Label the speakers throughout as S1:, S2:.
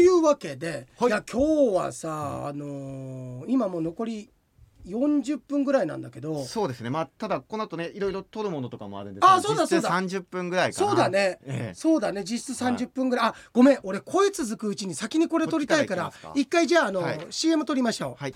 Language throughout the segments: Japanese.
S1: いうわけで、
S2: はい
S1: い、や今日はさ、あのー今もう残り40分ぐらいなんだけど
S2: そうですねまあただこの後ねいろいろ撮るものとかもあるんですけど
S1: あそうだそうだ
S2: 実質30分ぐらいかな
S1: そうだね、
S2: ええ
S1: そうだね実質30分ぐらい、あごめん俺声続くうちに先にこれ撮りたいから
S2: こっちから行きますか
S1: 一回じゃあ、あのー
S2: はい
S1: CM 撮りましょう、
S2: はい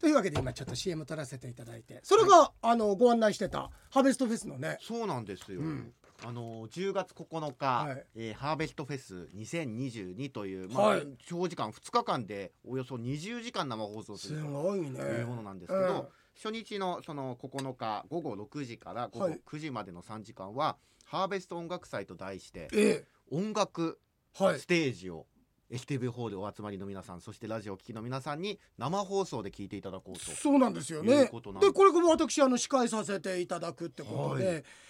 S1: というわけで今ちょっと CM 撮らせていただいてそれが、あのご案内してたハーベストフェスのね
S2: そうなんですよ、
S1: うん
S2: あの10月9日、
S1: はい
S2: えーハーベストフェス2022という、まあ
S1: はい
S2: 長時間2日間でおよそ20時間生放送す
S1: す
S2: ると
S1: ごいね
S2: いうものなんですけど、初日のその9日午後6時から午
S1: は
S2: 後
S1: い
S2: 9時までの3時間は、ハーベスト音楽祭と題して
S1: ええ
S2: 音楽
S1: はい
S2: ステージを STV ホールお集まりの皆さんそしてラジオを聴きの皆さんに生放送で聞いていただこうと
S1: そうなんですよ
S2: い
S1: ね。
S2: う
S1: で
S2: ことなんです
S1: これが私あの司会させていただくってことで、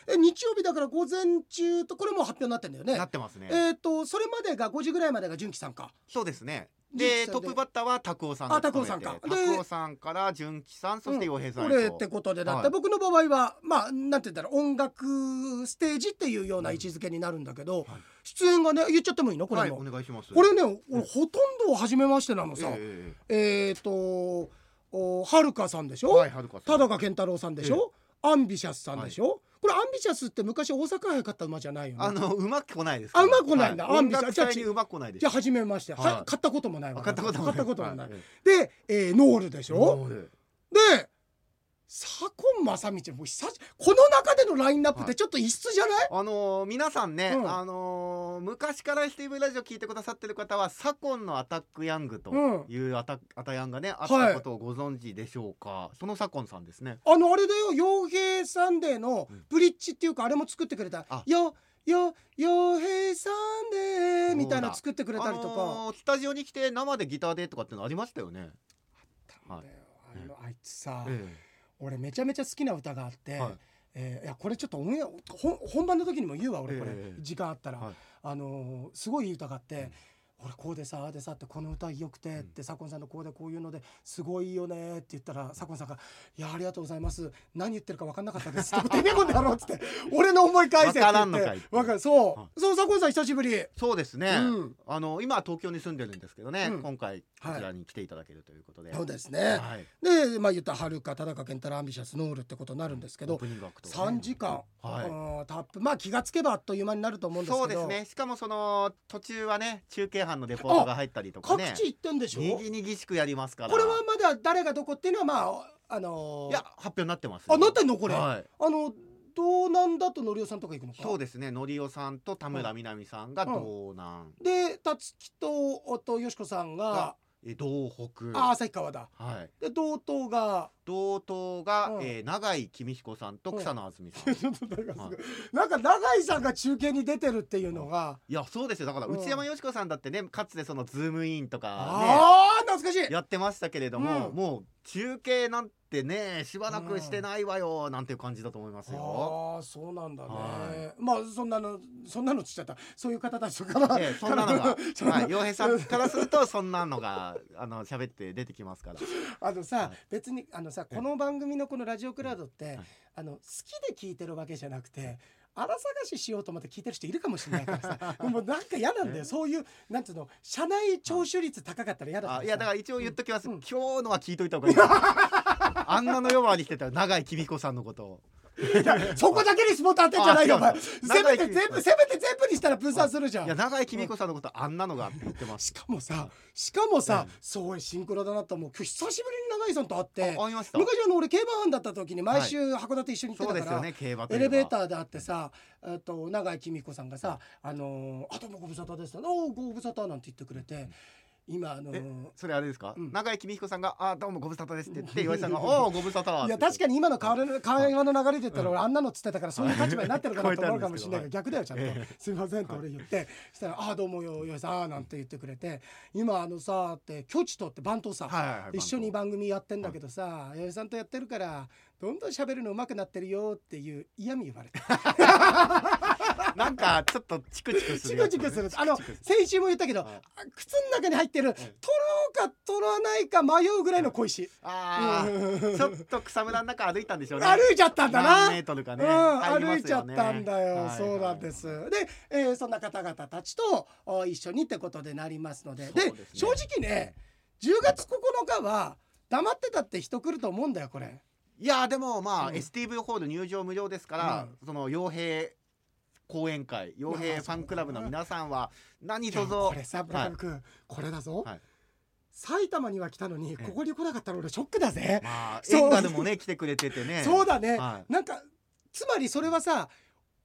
S2: は
S1: え日曜日だから午前中とこれもう発表になってんだよね。
S2: なってますね。
S1: えっ、とそれまでが5時ぐらいまでが純喜さんか。
S2: そうですね。
S1: で
S2: でトップバッターは拓夫さん
S1: あ
S2: が
S1: 拓
S2: 務
S1: 夫
S2: め
S1: さん
S2: て
S1: かで
S2: 拓夫さんから純喜さんそして洋平さん
S1: 俺
S2: へ
S1: っ
S2: と
S1: てことでだって、
S2: はい
S1: 僕の場合はまあなんて言うんだろう音楽ステージっていうような位置づけになるんだけど、
S2: はい
S1: 出演がね言っちゃってもいいのこれ
S2: はい
S1: も。
S2: お願いします。
S1: これね俺ほとんど初めましてなのさ。
S2: ええ
S1: えっ、とおはるかさんでし
S2: え
S1: ょ。
S2: えはいはるかさ
S1: 田
S2: ん
S1: 中健太郎さんでしょ、アンビシャスさんでしょ、これアンビシャスって昔大阪杯買った馬じゃないよね
S2: あのうまくこないです。
S1: あうまく来ないんだ
S2: は
S1: あ
S2: 音楽
S1: じゃあ
S2: 祭にうまくこないで
S1: じゃ
S2: す。
S1: あ初めまして、は
S2: はい
S1: 買ったこともないわ
S2: 買ったこともない
S1: 買ったこともない
S2: はい
S1: で、えーノールでしょ
S2: ええ
S1: で左近正道もう久しこの中でのラインナップっ
S2: は
S1: てちょっと異質じゃない、
S2: あのー皆さんね、
S1: うん
S2: あのー昔から STV ラジオ聞いてくださってる方は左近のアタックヤングと
S1: うん
S2: いうアタ,、アタヤンがねあ
S1: は
S2: った
S1: い
S2: ことをご存知でしょうか、その左近さんですね
S1: あのあれだよ傭兵サンデーのブリッジっていうかあれも作ってくれた
S2: あ
S1: 「よよ傭兵サンデー」みたいな
S2: そう
S1: の
S2: だ
S1: 作ってくれたりとか、
S2: あのースタジオに来て生でギターでとかってのありましたよね、
S1: なんだよあのあいつさ、
S2: え
S1: 俺めちゃめちゃ好きな歌があって、
S2: えはい
S1: えーいやこれちょっとオンエア本本番の時にも言うわ俺これ、
S2: ええ
S1: 時間あったら、
S2: はい
S1: あのーすごいいい歌があって、俺こうでさああでさってこの歌良くてっ
S2: う
S1: て左近さんのこうでこういうのですごいよねって言ったら左近さんが「いやありがとうございます何言ってるか分かんなかった です」って「てめえこんだろ」っつって「俺の思い返せ」って言って
S2: わからんのかい
S1: わかるそう、
S2: は
S1: そう左近さん久しぶり
S2: そうですね、
S1: うん
S2: あの今は東京に住んでるんですけどね、
S1: うん
S2: 今回こちらに来ていただけるということで、
S1: そうですね、
S2: はい
S1: でまあ言ったらはるか田中健太郎アンビシャスノールってことになるんですけ
S2: オー
S1: ど
S2: プニングアクト
S1: 3時間、
S2: はい
S1: うんタップまあ気がつけばあっという間になると思うんですけど
S2: そうですねしかもその途中はね中継班のレポートが入ったりとか
S1: 各
S2: ね
S1: 地行ってんでしょ、
S2: にぎにぎしくやりますから
S1: これはまだ誰がどこっていうのはまああのー
S2: いや発表になってますよ
S1: あなってんのこれ、
S2: はい
S1: あの道南だとのりおさんとか行くのか
S2: そうですねのりおさんと田村みなみさんが
S1: うん
S2: 道南、
S1: で辰木とおとよしこさんが、
S2: え道北
S1: あ旭川だ
S2: はい
S1: で道東 が
S2: 道東が、
S1: うん
S2: えー永井公彦さんと草野あずみさん、
S1: ちょっと なんかすごい
S2: はい
S1: なんか永井さんが中継に出てるっていうのが、
S2: いやそうですよだから
S1: うん
S2: 内山よしこさんだってねかつてそのズームインとか
S1: ああ懐かしい
S2: ねやってましたけれども、
S1: うん
S2: もう中継なんてねしばらくしてないわよなんていう感じだと思いますよ。
S1: ああそうなんだね、
S2: は
S1: まあそんなのそんなのっつっちゃったそういう方たちから、
S2: ええそんな のが
S1: そんな
S2: はい、洋平さんからするとそんなのがあの喋って出てきますから。
S1: あのさ、
S2: はい
S1: 別にあのさ
S2: え
S1: この番組のこのラジオクラウドって、あの好きで聞いてるわけじゃなくてあら探ししようと思って聞いてる人いるかもしれないから さもうなんか嫌なんだよそういうなんつうの社内聴取率高かったら嫌だ
S2: あいやだから
S1: ら
S2: 一応言っときます、
S1: うん
S2: 今日のは聞いといた方 がいいです。あんなの夜回りしてたら永井公彦さんのことを。
S1: そこだけにスポット当てんじゃないよお
S2: あ
S1: 前
S2: 違
S1: せめ
S2: う
S1: て
S2: 長い
S1: 全部せめて全部にしたら分散するじゃ
S2: いや
S1: ん
S2: 永井公彦さんのことあんなのがって言ってます。
S1: しかもさしかもさ、
S2: うん
S1: そういうシンクロだなと思う今日久しぶりに永井さんと会って
S2: あ、ありました。
S1: 昔あの俺競馬班だった時に毎週函館一緒に行っ
S2: そう
S1: て
S2: で
S1: た
S2: す
S1: から、
S2: よね競馬とい
S1: エ
S2: えば
S1: レベーターで会ってさ、えっと永井公子さんがさ「あのー、あどうもご無沙汰です」おおご無沙汰」なんて言ってくれて今あのー
S2: それあれですか、
S1: うん
S2: 永井公彦さんが「あどうもご無沙汰です」って言って岩井さ んが「おおご無沙汰」
S1: いや確か
S2: に
S1: に今の会話の会話の流れで言ったら俺あんなのっつってたからそういう立場になってるかなと思うかもしれないけど逆だよちゃんと「すいません」って俺言ってそしたら「あどうもよよいさん」なんて言ってくれて今あのさって巨地とって番頭さん
S2: はいはいはい
S1: 一緒に番組やってんだけどさ八重さんとやってるからどんどん喋るの上手くなってるよっていう嫌味言われて
S2: なんかちょっとチクチクす
S1: チ
S2: るや
S1: ク
S2: つ
S1: チ
S2: ね、
S1: クするあの
S2: チクチクす
S1: 先週も言ったけど
S2: るはい
S1: 靴の中に入ってる取ろうか取らないか迷うぐらいの小石
S2: あ
S1: う
S2: ー
S1: ん
S2: ちょっと草むらの中歩いたんでしょうね
S1: 歩いちゃったんだな
S2: 何メートルか
S1: う
S2: ね、
S1: ん、
S2: 入り
S1: 歩
S2: ま
S1: い
S2: す
S1: ちゃ
S2: よ
S1: っ
S2: ね
S1: たんだよ、
S2: はい
S1: そうなんです、
S2: はい
S1: で、えーそんな方々たちとお一緒にってことでなりますので
S2: そう
S1: で
S2: ですね
S1: 正直ね10月9日は黙ってたって人来ると思うんだよこれ
S2: いやでもまあ、
S1: うん
S2: STV ホール入場無料ですから、その傭兵講演会傭
S1: ま
S2: 兵
S1: あ
S2: ファンクラブの
S1: そうだ
S2: 皆さんは何
S1: いや
S2: 卒
S1: これさ
S2: は
S1: 村
S2: い
S1: 上君、これだぞ、
S2: はい
S1: 埼玉には来たのに
S2: ええ
S1: ここに来なかったら俺ショックだぜ、
S2: まあ
S1: そう
S2: 演歌でもね来てくれててね
S1: そうだね、
S2: はい
S1: なんかつまりそれはさ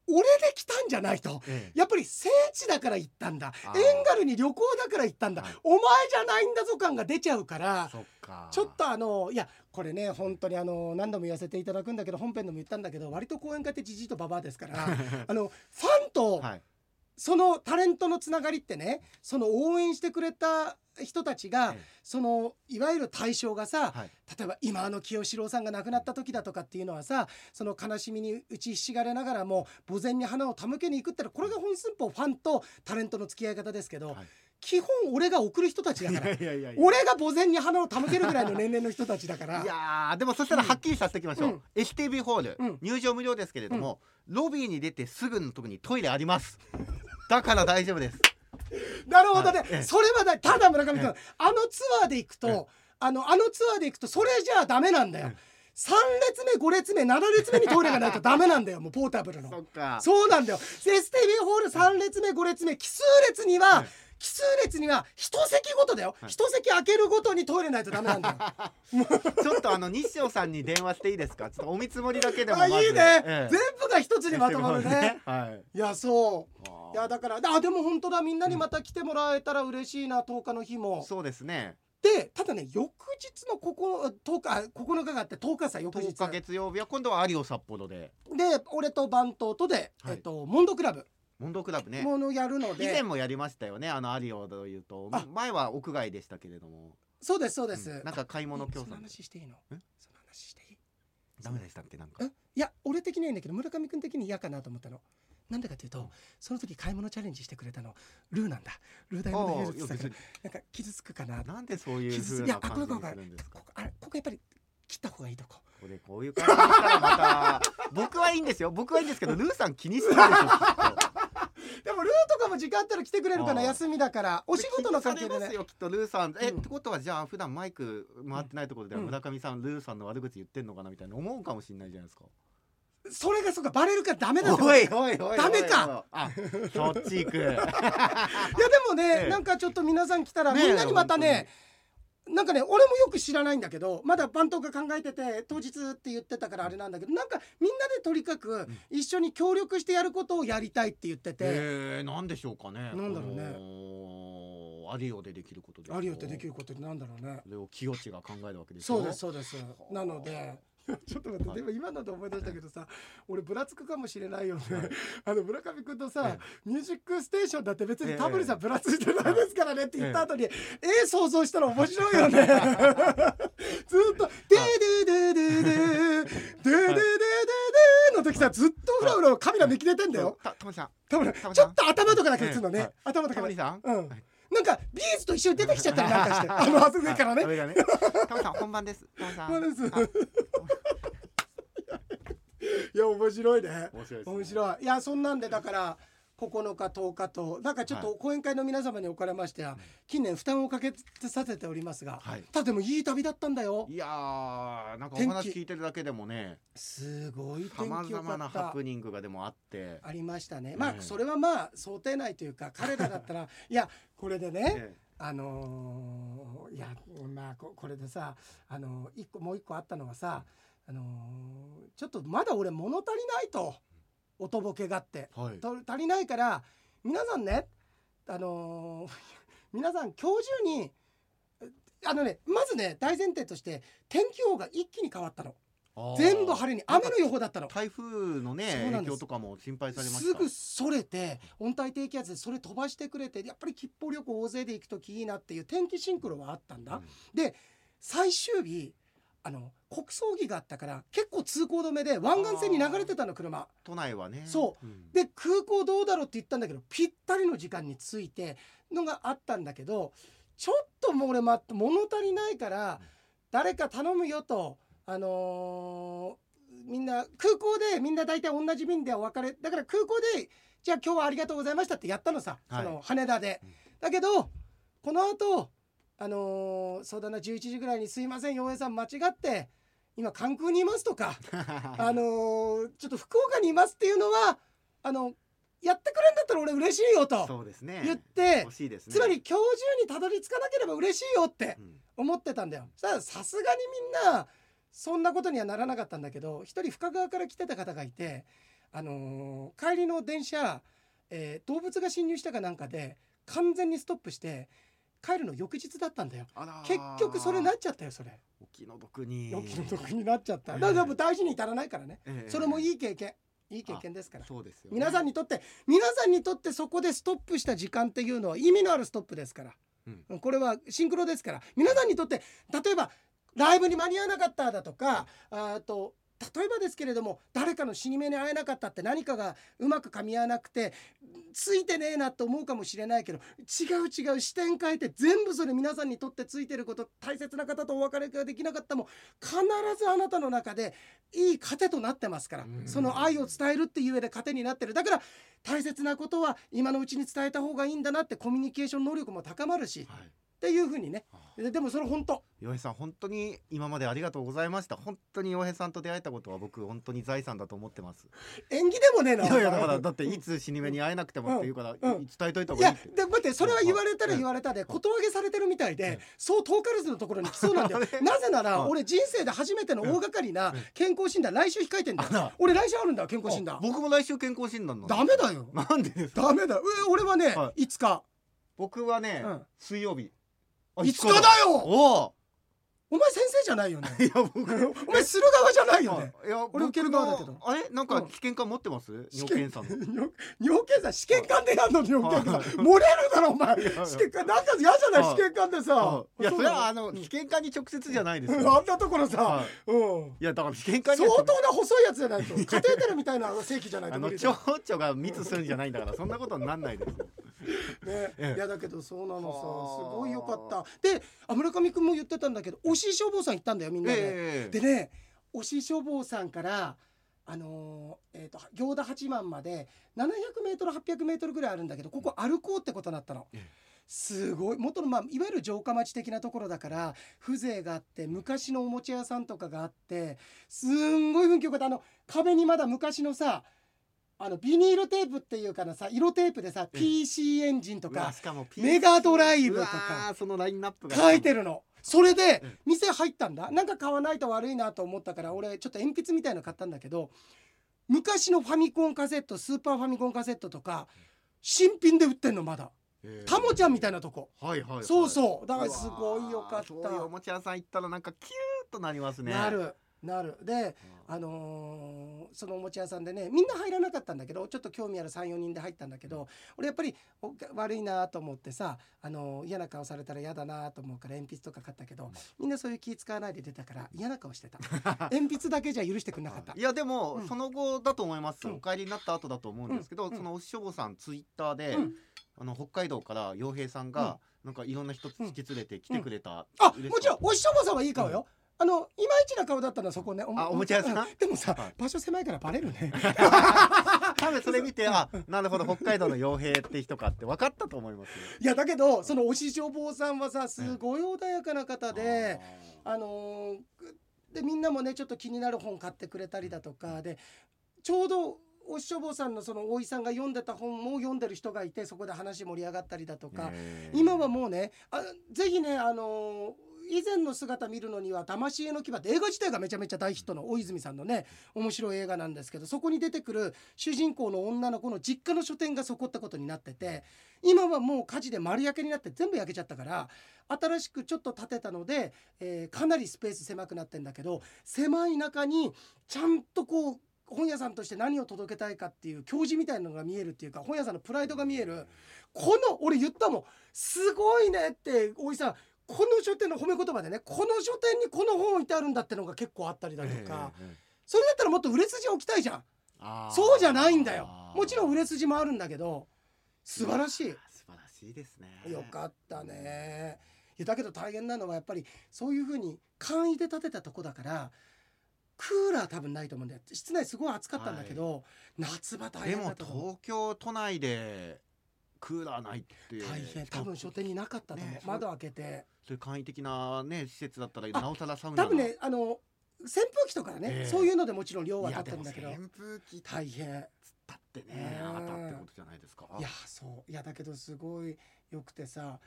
S1: 俺で来たんじゃないと
S2: ええ
S1: やっぱり聖地だから行ったんだ
S2: あー
S1: エンガルに旅行だから行ったんだ、
S2: はい
S1: お前じゃないんだぞ感が出ちゃうから
S2: そっか
S1: ちょっとあのいやこれね本当にあの何度も言わせていただくんだけど本編でも言ったんだけど割と講演会ってじじいとババアですからあのファンと
S2: はい
S1: そのタレントのつながりってねその応援してくれた人たちが
S2: ええ
S1: そのいわゆる対象がさ
S2: はい
S1: 例えば今あの清志郎さんが亡くなった時だとかっていうのはさその悲しみに打ちひしがれながらも墓前に花を手向けに行くってのはこれが本寸法ファンとタレントの付き合い方ですけど、
S2: はい
S1: 基本俺が送る人たちだから
S2: いやいやいや
S1: 俺が墓前に花を手向けるぐらいの年齢の人たちだから
S2: いやーでもそしたらはっきりさせておきましょう、
S1: うん
S2: STV ホール、
S1: うん
S2: 入場無料ですけれども、ロビーに出てすぐのとこにトイレありますだから大丈夫です
S1: なるほどね、
S2: はいええ
S1: それはだただ村上君、
S2: ええ
S1: あのツアーで行くと、
S2: ええ
S1: あのあのツアーで行くとそれじゃあダメなんだよ、
S2: ええ
S1: 3列目5列目7列目にトイレがないとダメなんだよもうポータブルの
S2: そっか
S1: そうなんだよ STB ホール3列目5列目奇数列には、
S2: ええ
S1: 奇数列には一席ごとだよ、
S2: はい
S1: 一席開けるごとにトイレないとダメなんだよ
S2: ちょっとあの西尾さんに電話していいですか。ちょっとお見積もりだ けでも
S1: あ
S2: ま
S1: いい
S2: ず。
S1: ね、
S2: ええ
S1: 全部が一つにまとま るね。
S2: はい。
S1: いやそういや
S2: だ。
S1: だからあでも本当だみんなにまた来てもらえたら嬉しいな10日の日も。
S2: そうですね。
S1: でただね翌日のここ10日あ9日があって10日さ翌
S2: 10
S1: 日
S2: 日月曜日は今度は有オ札幌で
S1: で俺と番頭とで、
S2: は
S1: え
S2: い
S1: っと、モンドクラブ
S2: モンドクラブね。
S1: ものやるの
S2: 以
S1: で、
S2: 前もやりましたよね。あの有オというと
S1: あ
S2: 前は屋外でしたけれども。
S1: そうですそうです、
S2: うんなんか買い物協
S1: その
S2: 賛。
S1: 話していいのそ
S2: え
S1: の話していい
S2: ダメでしたっけなんか
S1: え。いや俺的にはいいんだけど村上君的に嫌かなと思ったのなんでかというとその時買い物チャレンジしてくれたのルーなんだルーダイヤモンドヘルズって言ってたからなんか傷つくかな
S2: なんでそういう
S1: 傷
S2: 風
S1: つい
S2: な
S1: やあこ
S2: 感
S1: れ
S2: じ
S1: これこ
S2: にするん
S1: れ
S2: ですか
S1: こ。こあれここやっぱり切った方がいいとこ
S2: これこういう感じにしたらまた僕はいいんですよ。僕はいいんですけどルーさん気にしてるでしょきっと。
S1: でもルーとかも時間あったら来てくれるかな
S2: あー
S1: 休みだからお仕事の関係
S2: 気に
S1: で
S2: されます
S1: ね
S2: よきっとルーさんえ、
S1: うん
S2: ってことはじゃあ普段マイク回ってないところでは
S1: うん
S2: 村上さん、ルーさんの悪口言ってんのかなみたいな思うかもしれないじゃないですか。
S1: それがそうかバレるからダメだと
S2: おいおいおいおい
S1: ダメか
S2: あそっち行く
S1: いやでもね、
S2: ええ
S1: なんかちょっと皆さん来たら、
S2: ねえ
S1: みんなにまたねなんかね俺もよく知らないんだけどまだ番頭が考えてて当日って言ってたからあれなんだけどなんかみんなでとにかく
S2: ん
S1: 一緒に協力してやることをやりたいって言ってて、
S2: えー、なんでしょうかね
S1: なんだろうね
S2: ねアリオでできることでしょ
S1: あるよってできることってなんだろうね
S2: それを清地が考えるわけですよ
S1: そうですそうですなので ちょっと待って、でも今ので思い出したけどさ俺ぶらつくかもしれないよね、 あの村上君とさ、
S2: え
S1: ミュージックステーション」だって別に
S2: ええ
S1: タモリさんぶらついてないですからねって言った後にええ想像したら面白いよねずっと「ででででででででででの時さずっとうらうらカメラ見切れてんだよ
S2: たたまりさん
S1: タモリちょ
S2: タ
S1: っ
S2: モリさん
S1: と頭とかだけ映るの
S2: ええ
S1: ね
S2: はい
S1: 頭と
S2: た
S1: か
S2: ま
S1: だ
S2: り
S1: け
S2: さん
S1: うん
S2: はい
S1: なんかビーズと一緒に出てきちゃったりなんかしてあの上からね
S2: 上がねたまりさん本番ですたまりさん
S1: 本番です
S2: あ
S1: いや面白いね
S2: 面白いですね
S1: 面白いいやそんなんでだから9日10日となんかちょっと
S2: は
S1: 講演会の皆様におかれましては、近年負担をかけさせておりますが、
S2: はい
S1: ただでもいい旅だったんだよ
S2: いやーなんかお
S1: 天気
S2: 話聞いてるだけでもね
S1: すごい
S2: さ
S1: 天
S2: ま
S1: 気良
S2: ざ
S1: か
S2: まな
S1: っ
S2: ハ
S1: た
S2: プニングがでもあって、
S1: ありましたねまあ
S2: ええ
S1: それはまあ想定内というか彼らだったら いやこれでね
S2: ええ
S1: あのーいやまあここれでさあのー一個もう一個あったのはさあのーちょっとまだ俺物足りないとおとぼけがあって
S2: はい
S1: と足りないから皆さんねあのー 皆さん今日中にえあのねまずね大前提として天気予報が一気に変わったの全部晴れに
S2: なんか
S1: 雨の予報だったの
S2: 台風のね
S1: そうなんで
S2: 影
S1: す
S2: 響とかも心配されました
S1: すぐそれて温帯低気圧でそれ飛ばしてくれてやっぱり吉報旅行大勢で行く時いいなっていう天気シンクロはあったんだ、
S2: うん
S1: で最終日あの国葬儀があったから結構通行止めで湾岸線に流れてたの車
S2: 都内はね、
S1: そう で空港どうだろうって言ったんだけどぴったりの時間に着いてのがあったんだけどちょっともう俺待って物足りないから
S2: うん
S1: 誰か頼むよとあのーみんな空港でみんな大体同じ便でお別れだから空港でじゃあ今日はありがとうございましたってやったのさ、
S2: はい
S1: その羽田で
S2: うん。
S1: だけどこの後あのーそうだな11時ぐらいに「すいません陽平さん間違って今関空にいます」とか。あのーちょっと福岡にいますっていうのはあのやってくれんだったら俺嬉しいよと
S2: そうですね
S1: 言って、
S2: 欲しいですね
S1: つまり今日中にたどり着かなければ嬉しいよって
S2: うん
S1: 思ってたんだよ。さあさすがにみんなそんなことにはならなかったんだけど一人深川から来てた方がいて、あのー帰りの電車、えー動物が侵入したかなんかで完全にストップして帰るの翌日だったんだよ。
S2: あらー
S1: 結局それなっちゃったよそれ。
S2: お気の毒に
S1: お気の毒になっちゃった。
S2: えー
S1: だからもう大事に至らないからね。
S2: ええ
S1: それもいい経験いい経験ですから
S2: そうですよね
S1: 皆さんにとって皆さんにとってそこでストップした時間っていうのは意味のあるストップですから、
S2: う
S1: これはシンクロですから皆さんにとって例えばライブに間に合わなかっただとかああと例えばですけれども誰かの死に目に会えなかったって何かがうまく噛み合わなくてついてねえなと思うかもしれないけど違う違う視点変えて全部それ皆さんにとってついてること大切な方とお別れができなかったも必ずあなたの中でいい糧となってますから
S2: うん
S1: その愛を伝えるっていう上で糧になってるだから大切なことは今のうちに伝えた方がいいんだなってコミュニケーション能力も高まるし
S2: はい
S1: っていうふうにね
S2: あー
S1: ででもそれ本当
S2: 洋平さん本当に今までありがとうございました本当に洋平さんと出会えたことは僕本当に財産だと思ってます
S1: 縁起でもねえ ない
S2: やいやだからだっていつ死に目に会えなくてもっていうから、
S1: うん
S2: 伝えといた
S1: い
S2: 方がい
S1: や
S2: いって
S1: で待ってそれは言われたら
S2: うん
S1: 言われたでことわげされてるみたい
S2: うん
S1: でそう遠からずのところに来そうなんだよ
S2: あれ
S1: なぜなら
S2: うん
S1: 俺人生で初めての大掛かりな
S2: うん
S1: 健康診断来週控えてんだよ
S2: あら
S1: 俺来週あるんだよ健康診断
S2: あ僕も来週健康診断なの
S1: ダメだよ
S2: なんでですか
S1: ダメだよえ俺はね
S2: はい
S1: つか
S2: 僕はね、
S1: うん
S2: 水曜日あ
S1: いつかだよ
S2: おお
S1: お前先生じゃないよね
S2: いや 僕
S1: お前する側じゃないよね
S2: いや
S1: 俺受ける側だけど
S2: 僕のあれなん
S1: う
S2: か
S1: ん
S2: 危険感持ってます
S1: 試
S2: 尿
S1: 験
S2: 検査の
S1: 尿尿検査試験官でやんの尿検査
S2: はい
S1: 漏れるだろお前
S2: いやいや
S1: 試験官なんか嫌じゃない
S2: は
S1: 試
S2: い
S1: 験官でさ
S2: いやそれはあ
S1: う
S2: の
S1: ん
S2: 危険感に直接じゃないです
S1: うん
S2: よ
S1: あんなところさ
S2: はい
S1: うん
S2: いやだから危険感
S1: 相
S2: には
S1: 当な細いやつじゃないとカテーテルみたいな正規じゃない
S2: あ
S1: と
S2: の
S1: 無理だ
S2: 蝶
S1: よ
S2: 々が密するんじゃないんだからそんなことになんない ですよ
S1: ね
S2: ええ
S1: いやだけどそうなのさ
S2: はあ
S1: すごいよかったであ村上君も言ってたんだけどおしい消防さん行ったんだよみんなで、
S2: え
S1: でね押井消防さんからあのーえー、と行田八幡まで 700m800m ぐらいあるんだけどここ歩こうってことになったの
S2: ええ。
S1: すごい元の、まあ、いわゆる城下町的なところだから風情があって昔のおもちゃ屋さんとかがあってすんごい雰囲気よかったあの壁にまだ昔のさあのビニールテープっていうかなさ色テープでさ
S2: ええ
S1: PC エンジンと
S2: うわ
S1: か
S2: しかも PC
S1: メガドライブとか
S2: うわーそのラインナップが
S1: 書いてるのそれで
S2: うん
S1: 店入ったんだなんか買わないと悪いなと思ったから俺ちょっと鉛筆みたいの買ったんだけど昔のファミコンカセットスーパーファミコンカセットとか新品で売ってんのまだ
S2: えー
S1: タモちゃんみたいなとこ
S2: はいはいはい
S1: そう
S2: う
S1: そうだからすごいよか
S2: わーそういうお
S1: っ
S2: もちゃ屋さん行ったらなんかキューっとなりま
S1: た
S2: すね
S1: なるなるで
S2: あ
S1: あのーそのおもちゃ屋さんでねみんな入らなかったんだけどちょっと興味ある34人で入ったんだけど俺やっぱりお悪いなと思ってさ、あのー嫌な顔されたら嫌だなと思うから鉛筆とか買ったけどみんなそういう気使わないで出たから嫌な顔して た鉛筆だけじゃ許してくれなかった
S2: いやでも、
S1: うん
S2: その後だと思います、
S1: うん
S2: お帰りになった後だと思うんですけど、
S1: うん
S2: そのお師匠さんツイッターで、
S1: うん
S2: あの北海道から洋平さんが、なんかいろんな人引き連れて来てくれた、
S1: あ
S2: 嬉しか
S1: も
S2: っ
S1: ち
S2: た
S1: ろんお師匠さんはいい顔よ、あのいまいちな顔だったのはそこねお
S2: あおもちゃ屋さん
S1: うんでもさ、
S2: はい
S1: 場所狭いからバレる ね
S2: 多分それ見てあなるほど北海道の傭兵って人かって分かったと思いますよ
S1: いやだけどそのお師匠坊さんはさすごい穏やかな方で。
S2: あ
S1: あのーでみんなもねちょっと気になる本買ってくれたりだとかでちょうどお師匠坊さんのその大井さんが読んでた本も読んでる人がいてそこで話盛り上がったりだと
S2: ー
S1: か、
S2: えー
S1: 今はもうねあぜひねあのー以前の姿見るのには「騙し絵の牙」って映画自体がめちゃめちゃ大ヒットの大泉さんのね面白い映画なんですけどそこに出てくる主人公の女の子の実家の書店がそこってことになってて今はもう火事で丸焼けになって全部焼けちゃったから新しくちょっと建てたので、えーかなりスペース狭くなってんだけど狭い中にちゃんとこう本屋さんとして何を届けたいかっていう教示みたいなのが見えるっていうか本屋さんのプライドが見えるこの俺言ったもんすごいねって大井さんこの書店の褒め言葉でねこの書店にこの本置いてあるんだってのが結構あったりだとか、
S2: ええええ
S1: それだったらもっと売れ筋置きたいじゃん
S2: あー
S1: そうじゃないんだよもちろん売れ
S2: 素
S1: 筋もあるんだけど素晴らし
S2: 晴らしいですね
S1: いよかったねいやだけど大変なのはやっぱりそういうふうに簡易で建てたとこだからクーラー多分ないと思うんだよ室内すごい暑かったんだけど、夏場大
S2: で
S1: 変だ
S2: も
S1: ったと思う
S2: 東京都内でクーラーないって
S1: 大変
S2: しか
S1: 多
S2: も
S1: 分書店になかったと思う、
S2: ね
S1: 窓開けて
S2: そういう簡易的なね施設だったら
S1: あ
S2: なおさらサウナ
S1: 多
S2: が
S1: 分ねあの扇風機とかね、
S2: ええ
S1: そういうのでもちろん量はい立
S2: や
S1: って
S2: で
S1: るんだけ
S2: も
S1: ど
S2: 扇風機だ
S1: 大変
S2: ってね
S1: うん
S2: あったってことじゃないですか
S1: いやそういやだけどすごいよくてさ、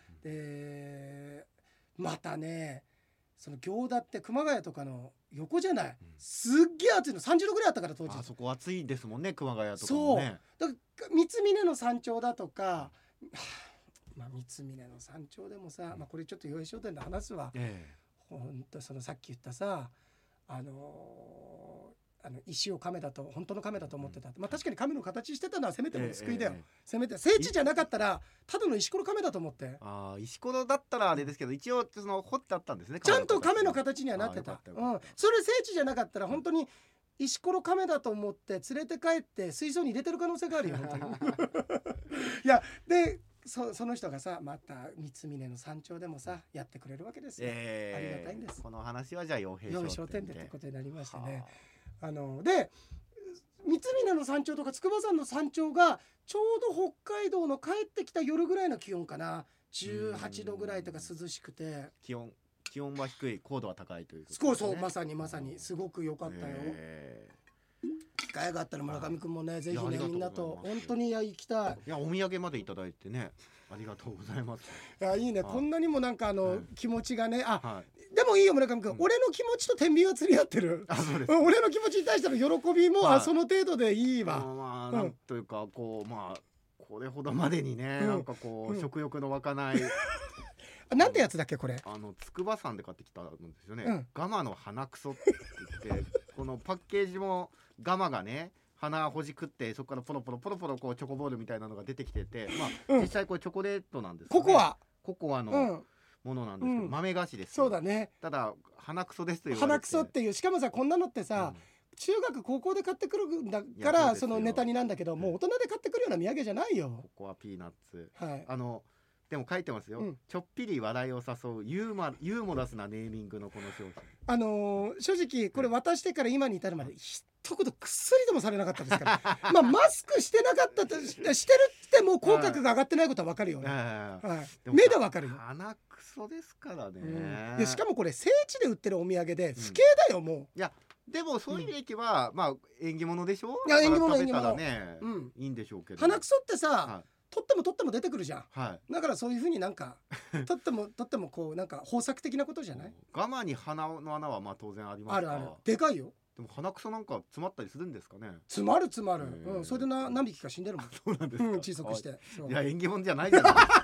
S1: でまたねその行田って熊谷とかの横じゃない、
S2: うん
S1: すっげえ暑いの30度ぐらいあったから当時
S2: あそこ暑いですもんね熊谷とか
S1: そう
S2: もね
S1: だから三峰の山頂だとか、はあまあ、三峰の山頂でもさ、まあ、これちょっと洋井商店で話すわ
S2: ええ
S1: 本当そのさっき言ったさあのーあの石を亀だと本当の亀だと思ってた、まあ、確かに亀の形してたのはせめてもの救いだよ、
S2: ええええ
S1: せめて聖地じゃなかったらただの石ころ亀だと思って
S2: ああ石ころだったらあれですけど一応その掘ってあったんですね
S1: ちゃんと亀の
S2: 形
S1: 形にはなって
S2: あ
S1: た
S2: ー
S1: う
S2: よかったよか
S1: ん
S2: った、
S1: それ聖地じゃなかったら本当に石ころ亀だと思って連れて帰って水槽に入れてる可能性があるよ本 当にいやでそその人がさまた三峰の山頂でもさやってくれるわけですよ、
S2: え
S1: あり
S2: え
S1: がたいんです
S2: この話はじゃあ傭兵
S1: 用意商
S2: 商店
S1: 店でってことになりまして
S2: は
S1: ね
S2: あ
S1: あので三峰の山頂とか筑波山の山頂がちょうど北海道の帰ってきた夜ぐらいの気温かな18度ぐらいとか涼しくて
S2: 気温気温は低い高度は高いということ
S1: そうそうま
S2: に
S1: さにまさにすごく良かったよ、機会があったら村上くんもねぜひ
S2: いやあ
S1: ね
S2: りがとう
S1: みんな
S2: ござ
S1: と
S2: います
S1: 本当にいや行きたい
S2: いやお土産までいただいてねありがとうございます
S1: いやいいね
S2: はい
S1: こんなにもなんかあの、
S2: うん
S1: 気持ちがねあ
S2: はい
S1: でもいいよ村上くん、
S2: うん
S1: 俺の気持ちと天秤は釣り合ってる
S2: あそうです
S1: うん俺の気持ちに対しての喜びも、
S2: は
S1: あ
S2: い
S1: その程度でいい
S2: まあ
S1: わ、
S2: まあ
S1: うん
S2: なんというかこうまあこれほどまでにね
S1: うん
S2: なんかこ
S1: うん
S2: う食欲の湧かない
S1: あなんてやつだっけこれ
S2: あの筑波山で買ってきたんですよ
S1: うん
S2: ねガマの花くそって言ってこのパッケージもガマがね花ほじくってそこからポロポロポロポロこうチョコボールみたいなのが出てきててま
S1: うん
S2: あ実際これチョコレートなんですかね
S1: ココア、
S2: ココア
S1: う
S2: の
S1: ん
S2: ものなんですけ
S1: う
S2: ど
S1: ん
S2: 豆菓子です
S1: そうだね
S2: ただ鼻くそですと言われて
S1: 鼻くそっていうしかもさこんなのって
S2: うん
S1: さ、中学高校で買ってくるんだ
S2: い
S1: か
S2: やそう
S1: ら
S2: です
S1: そ
S2: よ
S1: のネタになんだけどもう大人で買ってくるような土産じゃないよ
S2: こ、こはピーナッツ
S1: はい、
S2: あのでも書いてますよ、
S1: うん
S2: ちょっぴり笑いを誘うユーマユーモラスなネーミングのこの商品
S1: あのー正直これ渡してから今に至るまで一言くっすりでもされなかったですから まあマスクしてなかったとししてるってもう口角が上がってないことは分かるよね、
S2: ああ
S1: はい、
S2: でも
S1: 目で分かるよ、
S2: 鼻くそですからね、
S1: うんでしかもこれ聖地で売ってるお土産で
S2: ん
S1: 不景だよも
S2: でもそういう意味では、まあ縁起物でしょ
S1: いや縁起物
S2: だから食べたらね、
S1: う、うん、
S2: いいんでしょうけど
S1: 鼻くそってさ、
S2: は
S1: 取っても取っても出てくるじゃん
S2: いはい
S1: だからそういうふうになん か取っても取ってもこうなんか豊作的なことじゃない
S2: 我慢に鼻の穴はまあ当然ありま
S1: あ
S2: すか
S1: る
S2: ら
S1: あるでかいよ
S2: でも鼻くそなんか詰まったりするんですかね
S1: 詰まる詰まる、
S2: へえ
S1: うん、それでな何匹か死んでるもん、
S2: そうなん です
S1: う
S2: か、
S1: ん、小さくしてそう
S2: あいや縁起物じゃないじゃないですか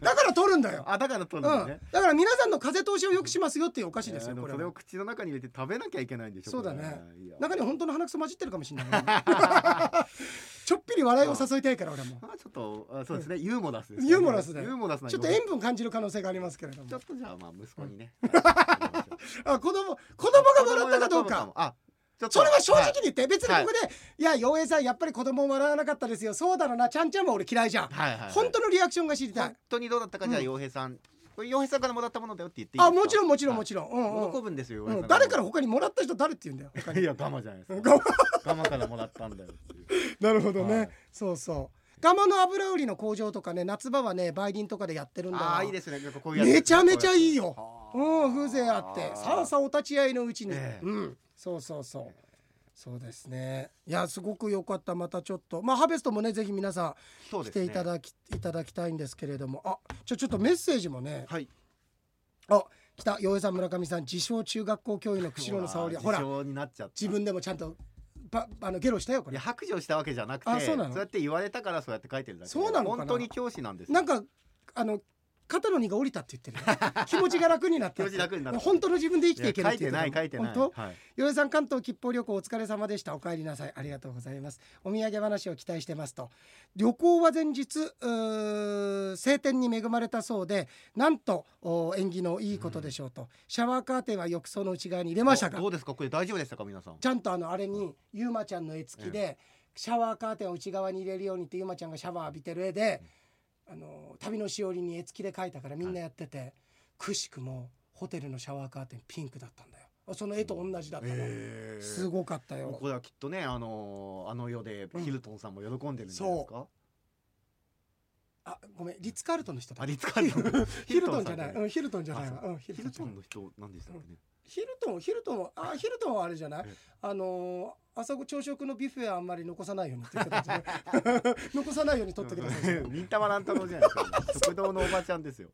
S1: だから取るんだよ
S2: あだから取る
S1: うんん
S2: だね、、
S1: だから皆さんの風通しを良くしますよっていうお菓子ですよ、
S2: えー
S1: こ
S2: も
S1: れ
S2: それ
S1: は
S2: を口の中に入れて食べなきゃいけないんでしょ
S1: そうだね
S2: これいや
S1: 中に本当の鼻くそ混じってるかもし れないちょっぴり笑いを誘いたいから俺も
S2: まあちょっとあそうですね、ユーモラスです、
S1: ユーモラスだよ
S2: ユーモラスな
S1: ちょっと塩分感じる可能性がありますけれど
S2: ちょ
S1: も
S2: っとじゃあまあ息 子にね、
S1: あ子供子供が笑ったかどうか
S2: あちょっと
S1: それは正直に言って別に
S2: は
S1: こ
S2: い
S1: こで「いや陽平さんやっぱり子供笑わなかったですよそうだろうなちゃんちゃんも俺嫌いじゃん
S2: はいはい、はい、
S1: 本当のリアクションが知りたい
S2: 本当にどうだったかじゃあ洋平さん、これ洋平さんからもらったものだよって言っていいです
S1: あ
S2: か
S1: もちろんもちろんもちろんうん
S2: 喜
S1: うん
S2: ぶんですよ、洋
S1: う
S2: 平さ
S1: ん
S2: ん
S1: 誰から他にもらった人誰って言うんだよ他に
S2: いやガマじゃないですかガマからもらったんだよっていう
S1: なるほどね、
S2: はい
S1: そうそうガマの油売りの工場とかね夏場はね売林とかでやってるんだ
S2: あ
S1: わ
S2: あいいですねこういうやつ
S1: めちゃめちゃいいよ
S2: あ
S1: う
S2: ー
S1: ん風情あってさあさあお立ち会いのうちに、
S2: ええ
S1: うんそうそうそうそうですねいやすごく良かったまたちょっとまあハーベストもねぜひ皆さ
S2: そうんで
S1: 来
S2: す
S1: て
S2: ね
S1: いただき、いただきたいんですけれどもあちょちょっとメッセージもね
S2: はい
S1: あ来た洋江さん村上さん自称中学校教員の釧路の沙 織ほら
S2: 自称になっちゃった
S1: 自分でもちゃんとばあのゲロしたよこ
S2: い
S1: れ
S2: や白状したわけじゃなくて
S1: あそうなの
S2: やって言われたからそうやって書いてるだけで
S1: そうなのかな
S2: 本当に教師なんですよ
S1: なんかあの肩の荷が降りたって言ってる よ気持ちが楽になった
S2: 気持ち楽になった
S1: 本当の自分で生きていけるっ
S2: や書い
S1: て言
S2: て
S1: ってた
S2: ない書いてない
S1: 本当
S2: はい
S1: 与江さん関東吉報旅行お疲れ様でしたお帰りなさいありがとうございますお土産話を期待してますと旅行は前日うー晴天に恵まれたそうでなんとお縁起のいいことでしょうと、シャワーカーテンは浴槽の内側に入れましたが
S2: あどうですかこれ大丈夫でしたか皆さん
S1: ちゃんとあのあれにゆうまちゃんの絵付きでシャワーカーテンを内側に入れるようにってゆうまちゃんがシャワー浴びてる絵であの旅のしおりに絵付きで描いたからみんなやっててくしくもホテルのシャワーカーテンピンクだったんだよあその絵と同じだったの
S2: えー
S1: すごかったよ
S2: これはきっとねあのーあの世でヒルトンさんも喜んでるんじゃないですか、
S1: あごめんリッツ・カールトンの人だ
S2: あリッツカールトン
S1: ヒルトンじゃない
S2: ヒルト
S1: うんヒルトン
S2: ンさんだよね
S1: じゃないわ
S2: あそう
S1: うんヒ
S2: ヒ
S1: ル
S2: ル
S1: ト
S2: ト
S1: ン
S2: ンの人なんでしたっけね、
S1: ヒルトンヒルトンはあヒルトンはあれじゃない
S2: ええ
S1: あのー朝ご朝食のビュッフェはあんまり残さないようにって言ってたんじゃない 残さないように取ってください
S2: うん忍たま乱太郎じゃないですか食堂のおばちゃんですよ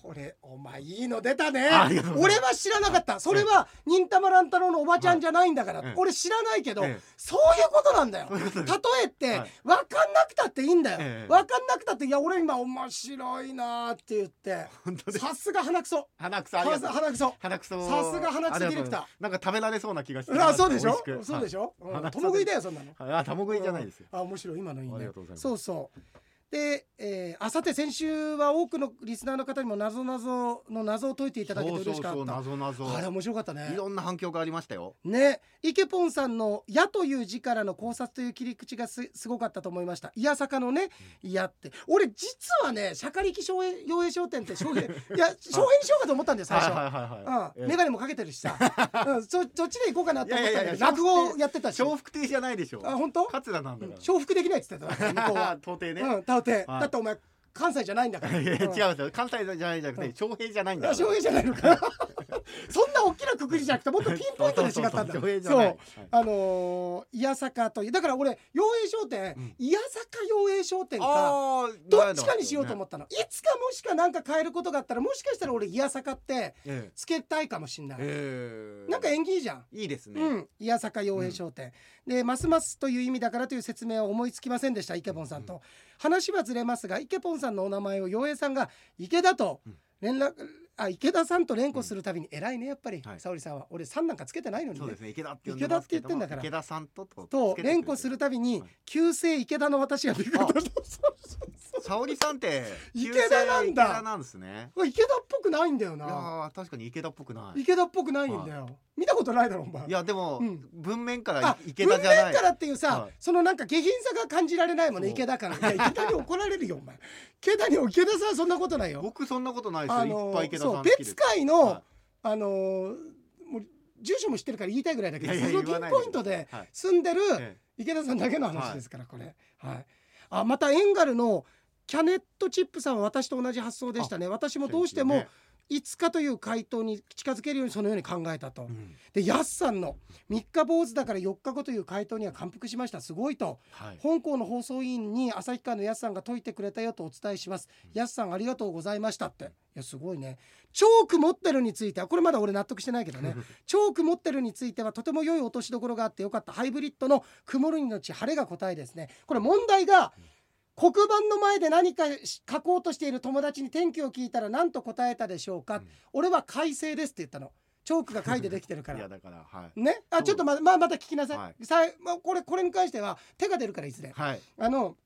S1: それお前いいの出たね
S2: ありがとうござ
S1: 俺
S2: い
S1: は知らなかったそれは忍たま乱太郎のおばちゃんじゃないんだから、
S2: はい
S1: 俺知らないけど、
S2: ええ
S1: そういうことなんだよ
S2: そういうことです
S1: 例えって、
S2: はい
S1: 分かんなくたっていいんだよ、
S2: ええ
S1: 分かんなくたっていや俺今面白いなーって言って
S2: 本当です
S1: さすが鼻くそ
S2: 鼻くそあ
S1: さ
S2: りが
S1: す
S2: と
S1: が
S2: う
S1: 鼻くそ
S2: 鼻くそ
S1: さすが鼻くそディレクター
S2: ありがとうございますなんか食べられそうな気がして
S1: あそうでしょそうで
S2: し
S1: しょ、うん
S2: 鼻くそ
S1: 共食いだよそんなの
S2: ょ、はい、あ卵食いじゃないですよ、
S1: あ面白い今のいいね
S2: ありがとうございます
S1: そうそうで、えー、あさて先週は多くのリスナーの方にも謎謎の謎を解いていただけて嬉しかった
S2: そうそうそう謎謎
S1: あれ面白かったね
S2: いろんな反響がありましたよ
S1: ね池ポンさんの「や」という字からの考察という切り口がすすごかったと思いました「いやさかのね「いや」って俺実はね「しゃかりき商品洋平商店」って商品いや商品にしようかと思ったんだよ最
S2: は
S1: 初。
S2: いはいはい
S1: うん
S2: はい、ええ
S1: 眼鏡もかけてるし さ、うん、そそっちで行こうかなと思ったんだ
S2: いや
S1: けど
S2: いやいや
S1: 落語やってたし
S2: 笑福亭じゃないでしょ
S1: あ本当
S2: 桂なんだから、
S1: 重複できないって言ってたから向こうは
S2: 到底 ね、
S1: うん到底、
S2: はい
S1: だってお前関西じゃないんだか
S2: い
S1: ら
S2: やいや違うんです
S1: う
S2: よ関西じゃないじゃなく
S1: うん
S2: て翔平じゃないんだ
S1: あ
S2: から
S1: 商品じゃないの かそんな大きなくくりじゃなくてもっとピンポイントで違ったんだ
S2: そうそうそう翔平じゃ
S1: そ
S2: ないう
S1: あのー、いやさかというだから俺養栄商店、
S2: うん
S1: いやさか養栄商店か
S2: はいあー
S1: どっちかにしようと思
S2: っ
S1: ったの、いつかもしかなんか変えることがあったらもしかしたら俺いやさかって
S2: て、え
S1: つけたいかもしんない、
S2: えええ
S1: なんか縁起いいじゃん
S2: いいですね、
S1: うん、いやさか洋平商店、でますますという意味だからという説明は思いつきませんでしたイケポンさんと、
S2: う
S1: 話はずれますがイケポンさんのお名前を洋平さんが池田と
S2: うん
S1: 連絡、あ池田さんと連呼するたびに偉いねやっぱり、
S2: はい
S1: 沙織さんは俺さんなんかつけてないのに
S2: そう
S1: ね
S2: ですね池田って呼んでますけ
S1: 池田って言っ
S2: ども
S1: てんだから
S2: 池田さんとと
S1: と連呼するたびに
S2: はい
S1: 旧姓池田の私がびっくりしたそうそうそう
S2: 沙織さんって
S1: 池田なんだ
S2: 旧姓池田なんですね
S1: これ 池田っぽくないんだよ
S2: いや
S1: な
S2: ー確かに池田っぽくない
S1: 池田っぽくないんだよ、見たことないだろお前
S2: いやでも、
S1: うん
S2: 文面か
S1: あ
S2: ら池田じゃ
S1: 文
S2: な
S1: 面
S2: い
S1: からっていうさ、
S2: はい
S1: そのなんか下品さが感じられないもんね
S2: そう
S1: 池田から いや池田に怒られるよお前池田に池田さんはそんなことないよ
S2: 僕そんなことないですよ、いっぱい池田さん
S1: そう
S2: 好きで
S1: 別
S2: す
S1: 会の、
S2: はい
S1: あのーもう住所も知ってるから言いたいぐらいだけど
S2: いやいや
S1: そのピ
S2: 言わ
S1: ン
S2: ない
S1: ポイントで
S2: でしょはい
S1: 住んでる
S2: え
S1: 池田さんだけの話ですから、これはいあまたエンガルのキャネットチップさんは私と同じ発想でしたね私
S2: え
S1: もどうしても
S2: ね
S1: いつかという回答に近づけるようにそのように考えたと、
S2: うん
S1: でやすさんの「3日坊主だから4日後」という回答には感服しましたすごいと
S2: はい、
S1: 本校の放送委員に旭川のやすさんが解いてくれたよとお伝えします
S2: うん
S1: やすさんありがとうございましたっていやすごいねチョーク持ってるについてはこれまだ俺納得してないけどねチョーク持ってるについてはとても良い落としどころがあってよかったハイブリッドの曇るのち晴れが答えですねこれ問題が黒板の前で何かし書こうとしている友達に天気を聞いたら何と答えたでしょうか、
S2: うん
S1: 俺は快晴ですって言ったのチョークが貝でできてるか
S2: いや
S1: ら
S2: だからはい
S1: ねあ
S2: そう
S1: ちょっとままあまた聞きなさい、
S2: はい
S1: さいまあ、これこれに関しては手が出るからいずれ
S2: はい
S1: あの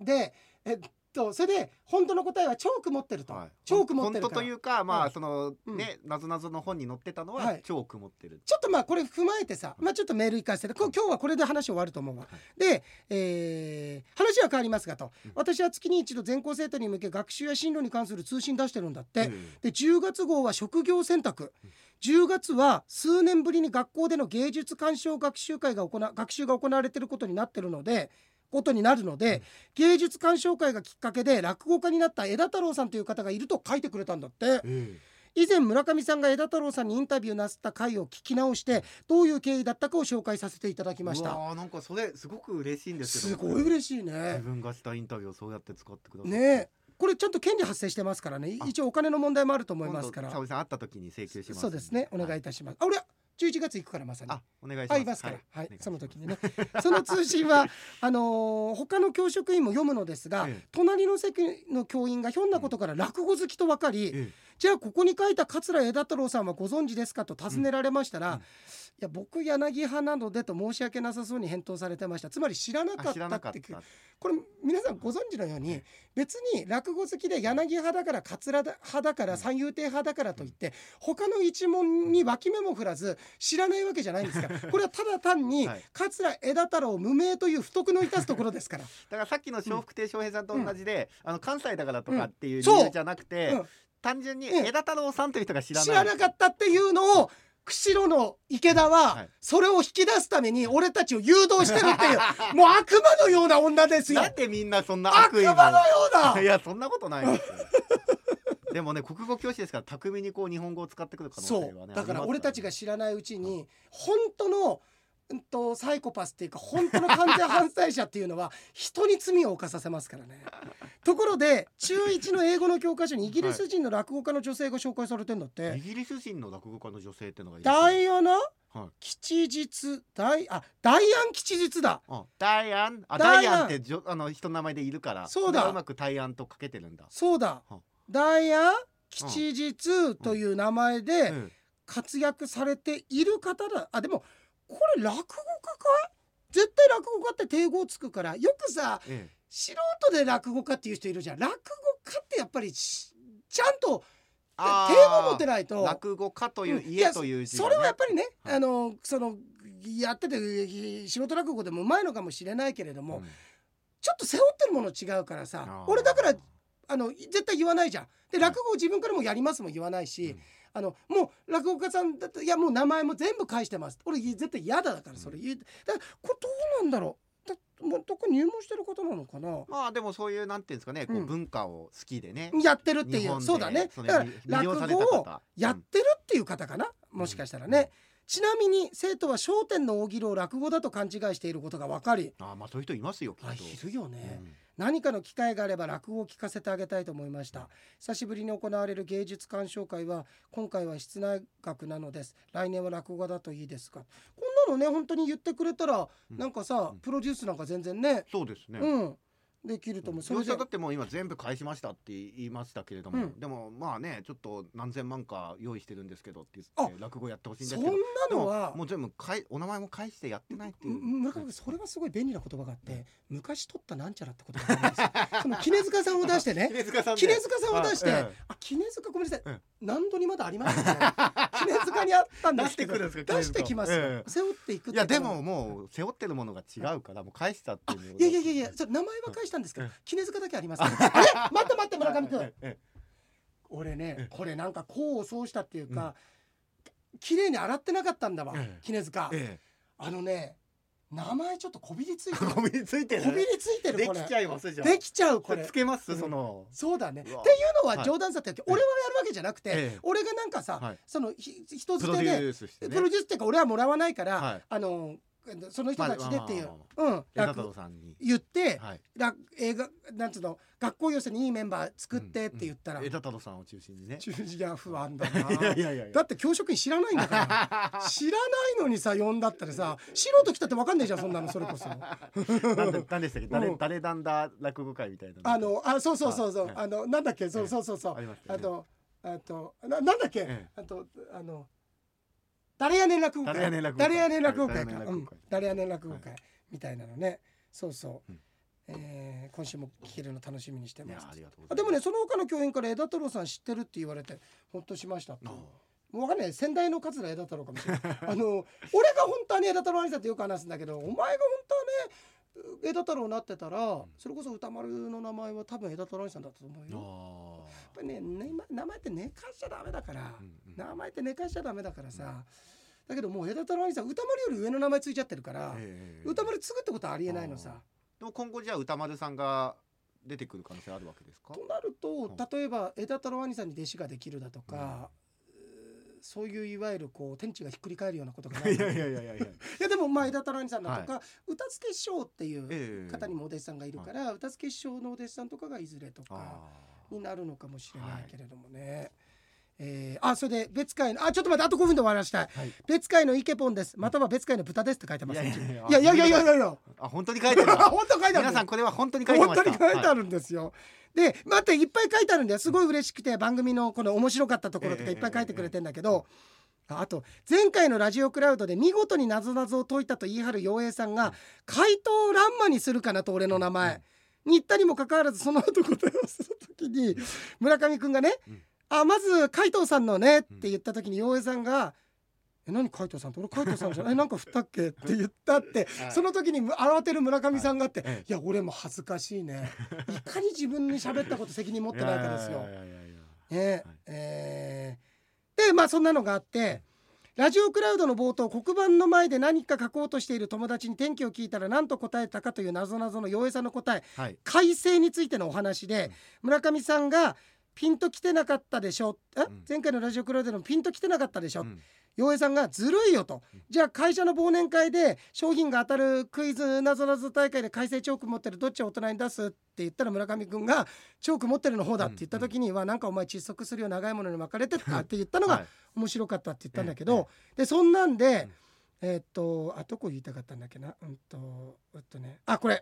S1: でえっとそれで本当の答えはチョーク持ってると、
S2: はい、
S1: チョーク持ってる
S2: 本
S1: か
S2: 当と
S1: ら
S2: いうかま
S1: う
S2: あ
S1: ん
S2: そのねなぞなぞの本に載ってたの
S1: は
S2: はいチョーク持ってる、
S1: ちょっとまあこれ踏まえてさ、まあ、ちょっとメール一回してこ今日はこれで話終わると思うわ。で、えー話は変わりますがと、
S2: うん
S1: 私は月に一度全校生徒に向け学習や進路に関する通信出してるんだって、
S2: え
S1: で10月号は職業選択
S2: うん
S1: 10月は数年ぶりに学校での芸術鑑賞学習会が行な学習が行われていることになってるのでことになるので、芸術鑑賞会がきっかけで落語家になった枝太郎さんという方がいると書いてくれたんだって
S2: ええ
S1: 以前村上さんが枝太郎さんにインタビューなすった回を聞き直してどういう経緯だったかを紹介させていただき
S2: え
S1: まし
S2: う
S1: た
S2: わーなんかそれすごく嬉しいんです
S1: す
S2: けど
S1: ごい嬉しい
S2: 自
S1: ね
S2: 分がしたインタビューをそうやって使ってくださって
S1: ねえこれちゃんと権利発生してますからね
S2: あ
S1: 一応お金の問題もあると思い
S2: 今
S1: ます
S2: 度
S1: から
S2: 沙織さん会った時に請求します
S1: そうですねお願いい
S2: い
S1: たします、あ俺11月行くからまさに
S2: あ、お願いします。
S1: はい、いますから、はい
S2: お願いします
S1: その時にね。その通信は、あのー他の教職員も読むのですが、
S2: ええ
S1: 隣の席の教員がひょんなことから落語好きと分かり、
S2: ええ
S1: じゃあここに書いた桂枝太郎さんはご存知ですかと尋ねられましたら、
S2: うんうん
S1: いや僕柳派なのでと申し訳なさそうに返答されてましたつまり知らなか
S2: あ
S1: っ
S2: 知らな
S1: た
S2: か
S1: っ
S2: ってた。
S1: これ皆さんご存知のように
S2: え
S1: 別に落語好きで柳派だから桂派だから三遊亭派だからといって他の一門に脇目も振らず知らないわけじゃないんです からこれはただ単に
S2: はい
S1: 桂枝太郎無名という不徳の致すところですから。
S2: だからさっきの笑福亭笑瓶さんと同じで、あの関西だからとかっていう理
S1: そう
S2: 由じゃなくて、
S1: うん
S2: 単純に
S1: うん
S2: 枝太郎さんという人が知らない。
S1: 知らなかったっていうのを釧路の池田
S2: は
S1: はいそれを引き出すために俺たちを誘導してるっていう もう悪魔のような女ですよ
S2: なんでみんなそんな
S1: 悪
S2: 悪
S1: 魔
S2: 意
S1: の
S2: の
S1: ようない
S2: やそんなこと ないですよでもね国語教師ですから巧みにこう日本語を使ってくる可能性
S1: そ
S2: はね
S1: う
S2: あります
S1: だから俺たちが知らないうちに本当のうんとサイコパスっていうか本当の完全犯罪者っていうのは 人に罪を犯させますから ねところで中1の英語の教科書にイギリス人の落語家の女性が紹介されてんだって、
S2: イギリス人の落語家の女性っていうのがいらっしゃ
S1: ダ
S2: る
S1: イアナ
S2: はい
S1: 吉日ダイあダイアン吉日だ
S2: うんダイアンあ
S1: ダ
S2: ダ
S1: イ
S2: イ
S1: ア
S2: ア
S1: ン
S2: ンってじょあの人の名前でいるから
S1: そうだ
S2: れがうまく大安とかけてるんだ、
S1: そうだ
S2: は
S1: ダイアン吉日という名前
S2: う
S1: で
S2: ん
S1: 活躍されている方だあでもこれ落語家かい絶対落語家って定語つくからよくさ
S2: ええ
S1: 素人で落語家っていう人いるじゃん落語家ってやっぱりしちゃんと定
S2: あー
S1: 語持ってないと
S2: 落語家という
S1: うんいや
S2: 家という字が
S1: そ
S2: ね
S1: れはやっぱりね、
S2: はい
S1: あのそのやっててひ素人落語でもうまいのかもしれないけれども、
S2: うん
S1: ちょっと背負ってるもの違うからさ
S2: あー
S1: 俺だからあの絶対言わないじゃん。で落語を自分からもやりますも言わないし、
S2: うん
S1: あのもう落語家さんだっていやもう名前も全部返してます俺絶対嫌だだからそれ言う、だからこれどうなんだろうだもうどこ入門してる方なのかな
S2: まあでもそういうなんていうんですかねこ
S1: うん
S2: う文化を好きでね、
S1: やってるって
S2: 日
S1: いう
S2: 本で
S1: そうだね
S2: の
S1: だか
S2: 魅
S1: ら
S2: 魅了さ
S1: 落
S2: れた
S1: 語を
S2: 方
S1: やってるっていう方かな、もしかしたらね、ちなみに生徒は『笑点』の大喜利を落語だと勘違いしていることが分かり
S2: うんあまあそういう人いますよきっと
S1: あいるよね、
S2: うん
S1: 何かの機会があれば落語を聞かせてあげたいと思いました久しぶりに行われる芸術鑑賞会は今回は室内学なのです来年は落語家だといいですがこんなのね本当に言ってくれたら、
S2: うん
S1: なんかさ、
S2: うん
S1: プロデュースなんか全然ね
S2: そうですね、
S1: うんできると思う、それ
S2: 業
S1: で
S2: 者だってもう今全部返しましたって言いましたけれど
S1: う
S2: も、
S1: ん
S2: でもまあねちょっと何千万か用意してるんですけどって
S1: あ
S2: 言って落語やってほしいんで
S1: そ
S2: す
S1: ん
S2: けど
S1: なのは
S2: でももう全部かいお名前も返してやってないっていう
S1: む村上君それがすごい便利な言葉があって昔取ったなんちゃらって言葉があるんですよその杵塚さんを出して ね
S2: 杵塚さんで
S1: 杵塚さんを出して
S2: あえ
S1: あ杵塚ごめんなさい、
S2: うん
S1: 何度にまだありますね杵塚にあったんですけど
S2: 出してくるんですか
S1: 出してきますよ、
S2: 杵塚ええ
S1: 背負っていくって
S2: え いやで
S1: ことな
S2: も
S1: ん
S2: もう背負ってるものが違うからもう返したって
S1: あ
S2: いうのを
S1: いやいやいやいやそれ名前は返したんですけど
S2: うん
S1: 杵塚だけあります、ね、 あれ待って待って村上君
S2: ええ
S1: 俺
S2: え
S1: ね
S2: え
S1: これなんか功を奏したっていうか、綺麗に洗ってなかったんだわ
S2: ええ
S1: 杵塚、
S2: え
S1: あのね名前ちょっとこびりついて
S2: え
S1: る
S2: こびりついてる
S1: こびりついてる
S2: で
S1: これ
S2: きちゃいますじゃん
S1: できちゃうこ
S2: これ
S1: れ
S2: つけます、
S1: うん
S2: その
S1: そうだねっていう
S2: うわ
S1: のは
S2: はい
S1: 冗談さってわけ、
S2: え
S1: 俺はやるわけじゃなくて、
S2: ええ
S1: 俺がなんかさ、
S2: はい
S1: そのひ人
S2: プ
S1: づ
S2: ロ
S1: て
S2: デ
S1: で
S2: ュースして
S1: プ
S2: ね
S1: ロデュースっていうか俺はもらわないから、
S2: はい
S1: あのその人たちでっていう、
S2: まあま
S1: うん
S2: 枝
S1: 楽
S2: 太郎さんに
S1: 言って、
S2: はい
S1: 楽映画なんつうの学校寄せにいいメンバー作ってって言ったら、
S2: 枝太郎さんを中心にね
S1: 中止が不安だ
S2: いや
S1: ない
S2: やいやいや
S1: だって教職員知らないんだから知らないのにさ呼んだったら さ素人来たって分かんねえじゃんそんなのそれこそ。
S2: なんでなんでしたっけ
S1: う
S2: 誰
S1: ん
S2: 誰なんだ落語会みたいな
S1: あのあそうそうそうそう、
S2: はい
S1: あのなんだっけそ
S2: え
S1: う
S2: え
S1: そうそうそう
S2: あります
S1: あ
S2: よね
S1: とあとななんだっけ、
S2: え
S1: あとあの誰やねん落語会
S2: 誰やねん落語会
S1: 誰やねん落語会か、
S2: はい
S1: うん、誰
S2: 誰
S1: や
S2: や
S1: ね
S2: ね
S1: ん
S2: ん
S1: 落
S2: 落
S1: 語
S2: 語会
S1: 会みたいなのねそうそう、
S2: うん
S1: えー今週も聞けるの楽しみにして
S2: い
S1: ま
S2: や
S1: す
S2: ありがとうございます
S1: あでもねその他の教員から枝太郎さん知ってるって言われてほっとしましたって
S2: あ
S1: もうわかんない先代の桂枝太郎かもし れないあの俺が本当はね枝太郎兄さんってよく話すんだけどお前が本当はね枝太郎になってたらそれこそ歌丸の名前は多分枝太郎兄さんだったと思うよやっ
S2: あ
S1: ぱりねね名前って寝かしちゃダメだから、
S2: うんうん
S1: 名前って寝かしちゃダメだからさ、だけどもう枝太郎兄さん歌丸より上の名前ついちゃってるから、
S2: ええ
S1: 歌丸継ぐってことはありえないのさ
S2: でも今後じゃあ歌丸さんが出てくる可能性あるわけですか
S1: となると
S2: う
S1: 例えば枝太郎兄さんに弟子ができるだとか、うーそういういわゆるこう天地がひっくり返るようなことがない
S2: いやいやいやいや いや
S1: いやでもまあ枝太郎兄さんだとか、歌付け師匠っていう
S2: ええ
S1: 方にもお弟子さんがいるから、歌付け師匠のお弟子さんとかがいずれとか
S2: あ
S1: になるのかもしれないけれどもね、ええー、あそれで別会のあちょっと待ってあと5分で終わらしたい、
S2: はい
S1: 別会のイケポンですまたは別会の豚ですって書いてます
S2: いや
S1: ね
S2: いやいや
S1: いやいやいやいやいやいや
S2: あ本当に書いてるわ
S1: 本当書いてある
S2: 皆さんこれは本当に書いてました
S1: 本当に書いてあ
S2: は
S1: るんですよ。で待っていっぱい書いてあるんですごい嬉しくて番組のこの面白かったところとか
S2: ええ
S1: いっぱい書いてくれてんだけど。ああと前回の「ラジオクラウド」で見事になぞなぞを解いたと言い張る陽平さんが怪盗乱魔にするかなと俺の名前に言ったにもかかわらずその後答えをする時に村上くんがね
S2: うん
S1: 「あまず怪盗さんのね」って言った時に陽平さんが「え何怪盗さんって俺怪盗さんじゃないえなんか振ったっけ?」って言ったって
S2: はい
S1: その時に慌てる村上さんがあって
S2: はいえ
S1: いや俺も恥ずかしいねいかに自分に喋ったこと責任持ってないかですよ。
S2: いや
S1: ね
S2: いやいやいや
S1: ええーでまあそんなのがあってラジオクラウドの冒頭黒板の前で何か書こうとしている友達に天気を聞いたら何と答えたかという謎々の洋平さんの答え
S2: はい
S1: 改正についてのお話で村上さんがピンときてなかったでしょ、え
S2: ん
S1: 前回のラジオクラウドでもピンときてなかったでしょ、
S2: うん
S1: 洋平さんが「ずるいよ」と
S2: うん
S1: 「じゃあ会社の忘年会で商品が当たるクイズなぞなぞ大会で改正チョーク持ってるどっちを大人に出す?」って言ったら村上君が「チョーク持ってるの方だ」って言った時に「はなんかお前窒息するよ長いものに巻かれてた」って言ったの
S2: は
S1: が
S2: い
S1: 面白かったって言ったんだけ
S2: ええ
S1: どでそんなんで
S2: うん
S1: えーっとあどこ言いたかったんだっけなうんとえっとねあこれ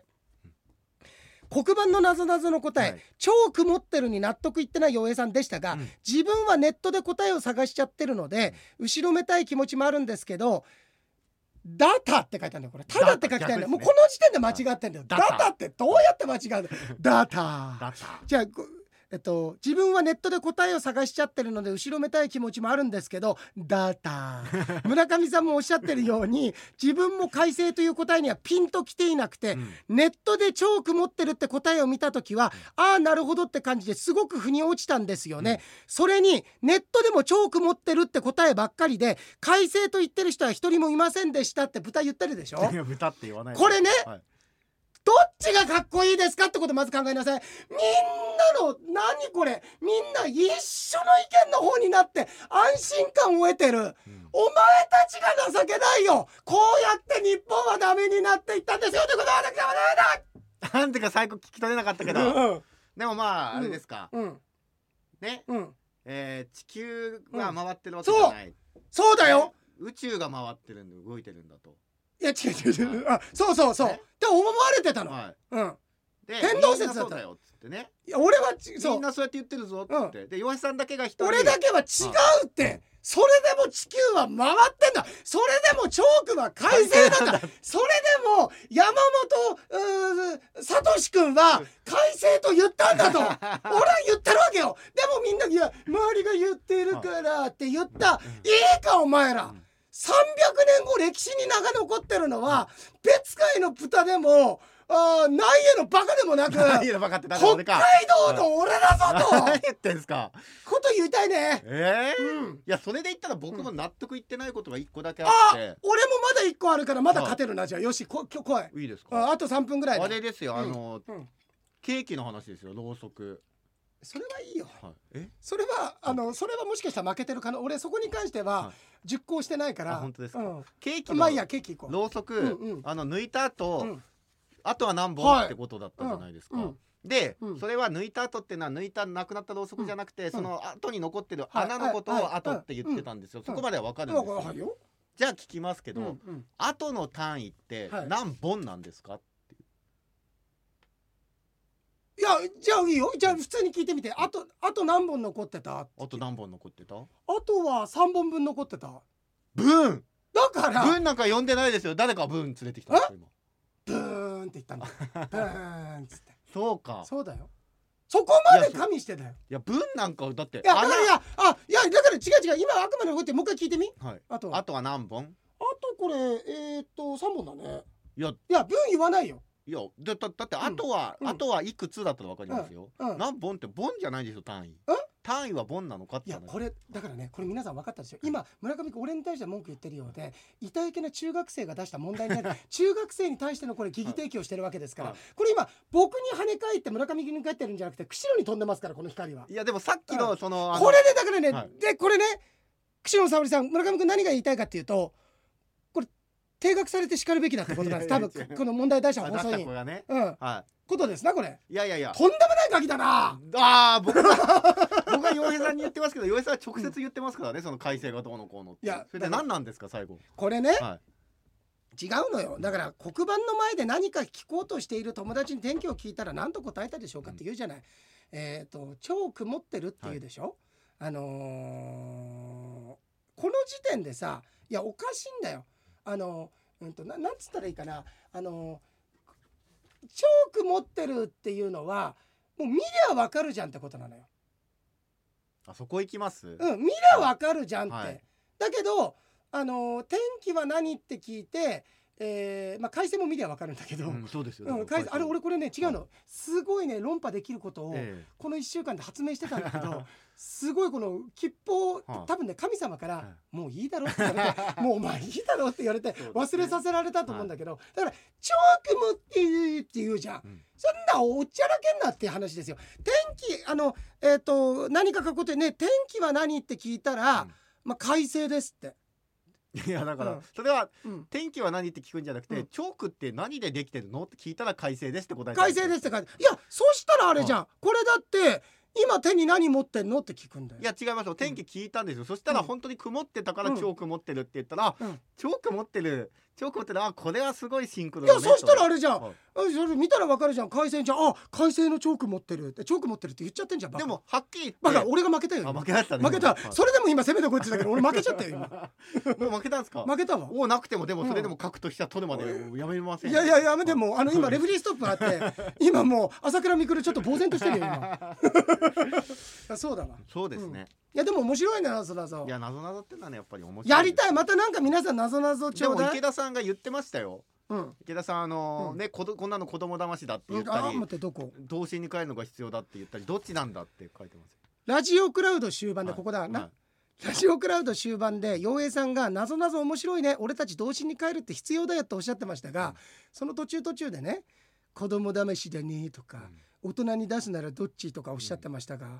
S2: うん
S1: 黒板のなぞなぞの答
S2: は
S1: え
S2: い
S1: 「チョーク持ってる」に納得いってない洋平さんでしたが
S2: うん
S1: 自分はネットで答えを探しちゃってるので後ろめたい気持ちもあるんですけど「ダタ」って書いてあるんだよこれ「タダ」って書きたいんだよ、
S2: ダタ逆ですね
S1: もうこの時点で間違ってんだよ「
S2: ダ
S1: ダ
S2: タ
S1: タ」ってどうやって間違うんだよ「ダタ
S2: だった」
S1: じゃあこえっと、自分はネットで答えを探しちゃってるので後ろめたい気持ちもあるんですけど「ダタ」村上さんもおっしゃってるように自分も改正という答えにはピンときていなくて、
S2: うん
S1: ネットでチョーク持ってるって答えを見た時は、ああなるほどって感じですごく腑に落ちたんですよね、
S2: うん
S1: それにネットでもチョーク持ってるって答えばっかりで改正と言ってる人は一人もいませんでしたって豚言ってるでしょ
S2: いや豚って言わない
S1: これね
S2: はい
S1: どっちがかっこいいですかってことまず考えなさいみんなの何これみんな一緒の意見の方になって安心感を得てるお
S2: うん
S1: 前たちが情けないよこうやって日本はダメになっていったんですよってことは私は
S2: なんてか最後聞き取れなかったけ
S1: ダメ
S2: ど
S1: だ
S2: でもまああれですか
S1: うん
S2: ね
S1: うん
S2: えー地球が回ってるわけ
S1: うん
S2: じゃない
S1: そうだよ
S2: 宇宙が回ってるんで動いてるんだと
S1: いや違う違う違うあそうそうそうっ
S2: ね
S1: て思われてたの、
S2: は
S1: うん
S2: いで
S1: 天動説だった
S2: みんなそうだよっつってね
S1: いや俺はちそ
S2: み
S1: うん
S2: なそうやって言ってるぞっつってで洋平さんだけが一人
S1: 俺だけは違うって、それでも地球は回ってんだそれでもチョークは改正なんだそれでも山本うーさとし君は改正と言ったんだと 俺は 言ってるわけよでもみんないや周りが言ってるからって言った、いいかお前ら、
S2: うん
S1: 300年後歴史に名が残ってるのは別海の豚でもあー内へのバカでもな く
S2: 何言うのバカって誰だ
S1: 北
S2: 俺
S1: 海
S2: か
S1: 道の俺だぞと
S2: 何言ってんすか
S1: こと言いたいね。
S2: ええ
S1: うん
S2: いやそれで言ったら僕も納得いってないことが一個だけあっ
S1: あ
S2: て
S1: 俺もまだ一個あるからまだ勝てるなじゃあよしこ今日来い
S2: いいですか
S1: ああと3分ぐらいだ
S2: あれですよあの
S1: うん
S2: ケーキの話ですよろうそく
S1: それはいいよ
S2: はいえ
S1: それはあのそれはもしかしたら負けてるかな俺そこに関しては
S2: はい
S1: 熟考してないから
S2: あ本当ですか
S1: う
S2: ケーキ
S1: ん、まあいい
S2: の
S1: やケーキ行こ
S2: ろうそ
S1: うんう
S2: く
S1: ん
S2: あの抜いた
S1: う、
S2: 後
S1: うん
S2: あとは何
S1: は
S2: 本
S1: い
S2: ってことだったじゃないです
S1: うんう
S2: か
S1: ん。
S2: で、
S1: うん
S2: それは抜いた後ってのは抜いたなくなったろうそくじゃなくて、その後に残ってる穴のこと
S1: はいはい
S2: を
S1: はい
S2: 後って言ってたんですよ。
S1: ん
S2: そこまではわかるん
S1: ま
S2: で
S1: あ
S2: すよ
S1: はいよ、
S2: じゃあ聞きますけ
S1: う
S2: ど、
S1: んうん、
S2: 後の単位って
S1: はい
S2: 何本なんですか？
S1: いやじゃあいいよじゃあ普通に聞いてみてあとあと何本残ってたあ
S2: あと何本残ってた？
S1: とは3本分残ってた
S2: 分
S1: だから
S2: 分なんか呼んでないですよ。誰か分連れてきたんですよ今。
S1: ブーンって言ったん だよブーンっつって
S2: そうか。
S1: そうだよそこまで加味してたよ
S2: いや分なんかだって
S1: いや、だ
S2: 穴
S1: からいや、あ、いや、だから違う違う、今あくまでこって、もう一回聞いてみ。
S2: はい。
S1: あとは。
S2: あ
S1: あ
S2: とは何本？
S1: とこれ、えーっと、三本だね。
S2: いや
S1: いや、分言わないよ。
S2: いやだだだってあとは、
S1: うん
S2: あとはいくつだったらわかりますよ。
S1: うん。
S2: 何本って本じゃないでしょ単位。単位は本なのかっ
S1: い
S2: て
S1: や
S2: 話。
S1: これだからねこれ皆さん分かったでしょ今村上君俺に対して文句言ってるようで痛いけな中学生が出した問題にな る中学生に対してのこれ疑義提起をしてるわけですから
S2: はい
S1: これ今僕に跳ね返って村上君に返ってるんじゃなくて釧路に飛んでますからこの光はい
S2: やでもさっきのそのあの
S1: これでだからね、
S2: はい
S1: でこれね釧野沙織さん村上君何が言いたいかっていうとこれ定額されてしかるべきだってことなんです
S2: いや
S1: 多
S2: いや
S1: 分
S2: 違う
S1: この問題出した
S2: あ
S1: 放
S2: 出し
S1: 送
S2: た
S1: に
S2: 子。がね。
S1: うん、
S2: は
S1: ことですなこれ
S2: い。いやいやいや。
S1: とんでもないガキだな
S2: ああ僕は僕は洋平ささんに言ってますけど、岩井さんは直接言ってますからね、その改正がどうのこうのって。
S1: いや
S2: それで何なんですか、最後。
S1: これね、
S2: は
S1: 違うのよだから黒板の前で何か聞こうとしている友達に天気を聞いたら何と答えたでしょうかって言うじゃない、えっ、と超曇ってるって言うでしょ、あのーこの時点でさいやおかしいんだよあのうんとななんつったらいいかなあのー超曇ってるっていうのはもう見りゃわかるじゃんってことなのよ
S2: あそこ行きます。
S1: うん、見りゃわかるじゃんって、
S2: はい
S1: だけど、あのー天気は何って聞いて、えーまあ、回線も見りゃわかるんだけど、うん
S2: ん、そうです
S1: 回線あれ俺これね違うのすごいね論破できることを
S2: え
S1: この1週間で発明してたんだけ どすごいこの吉報って
S2: はい
S1: 多分ね神様か
S2: はい
S1: ら「もういいだろ」って言われて「 もうお前いいだろ」って言われて
S2: そうですね
S1: 忘れさせられたと思うんだけどだから「チョークもって言う」って言うじゃん
S2: え。うん
S1: そんなおっちゃらけんなっていう話ですよ。天気あのえっ、と何か書くことでね天気は何って聞いたら、
S2: うん
S1: まあ快晴ですって。
S2: いやだか
S1: う
S2: ら
S1: ん
S2: それは
S1: うん
S2: 天気は何って聞くんじゃなく
S1: う
S2: て
S1: ん
S2: チョークって何でできてるのって聞いたら快晴ですって答えたん
S1: 快晴ですって書いていやそしたらあれじゃん、これだって今手に何持ってんのって聞くんだよ。
S2: いや違いますよ天気聞いたんですよそしたら
S1: うん
S2: 本当に曇ってたか
S1: う
S2: ら
S1: ん
S2: チョーク持ってるって言ったら
S1: うん
S2: チョーク持ってるチョーク持ってるあこれはすごいシンクロ
S1: い
S2: だ
S1: や
S2: ね
S1: そしたらあれじゃん、
S2: と
S1: うんそれ見たらわかるじゃん快晴じゃんあ快晴のチョーク持ってるってチョーク持ってるって言っちゃってんじゃんバカ
S2: でもはっきり
S1: バ
S2: 言
S1: カ
S2: って
S1: 俺が負けたよ
S2: あ
S1: 今
S2: 負けだったね
S1: 負けた
S2: はい
S1: それでも今攻めてこいつだけど俺負けちゃったよ今
S2: もう負けたんですか
S1: 負けたわ
S2: おなくてもでもそれでも書くとしたら取るまでやめません
S1: いやいやいや、で
S2: も
S1: も、あの、今、レフェリーストップあ って、今もう、朝倉未来ちょっと呆然としてるよ、今。そうだわ。
S2: そうですね
S1: いや、でも面白いな、そらそ
S2: い。や謎々ってのはねやっぱり面白い
S1: やりたい、
S2: ま
S1: またなんか皆さん、謎謎ち
S2: で
S1: ょう
S2: も
S1: だ
S2: 池
S1: い。
S2: 田さんが言ってましたよ
S1: うん。
S2: 池田さんあの
S1: うん
S2: ねこどこんなの子供騙しだって言っ
S1: あ
S2: た
S1: ー、待っ
S2: り
S1: て、どこ
S2: 童心に帰るのが必要だって言ったりどっちなんだって書いてますよ
S1: ラジオクラウド終盤で、
S2: はい
S1: ここだ
S2: は
S1: な。
S2: い
S1: ラジオクラウド終盤で、洋平さんが、謎謎面白いね、俺たち童心に帰るって必要だよっておっしゃってましたが、その途中途中でね、子供試しだねとか、大人に出すならどっちとかおっしゃってましたが、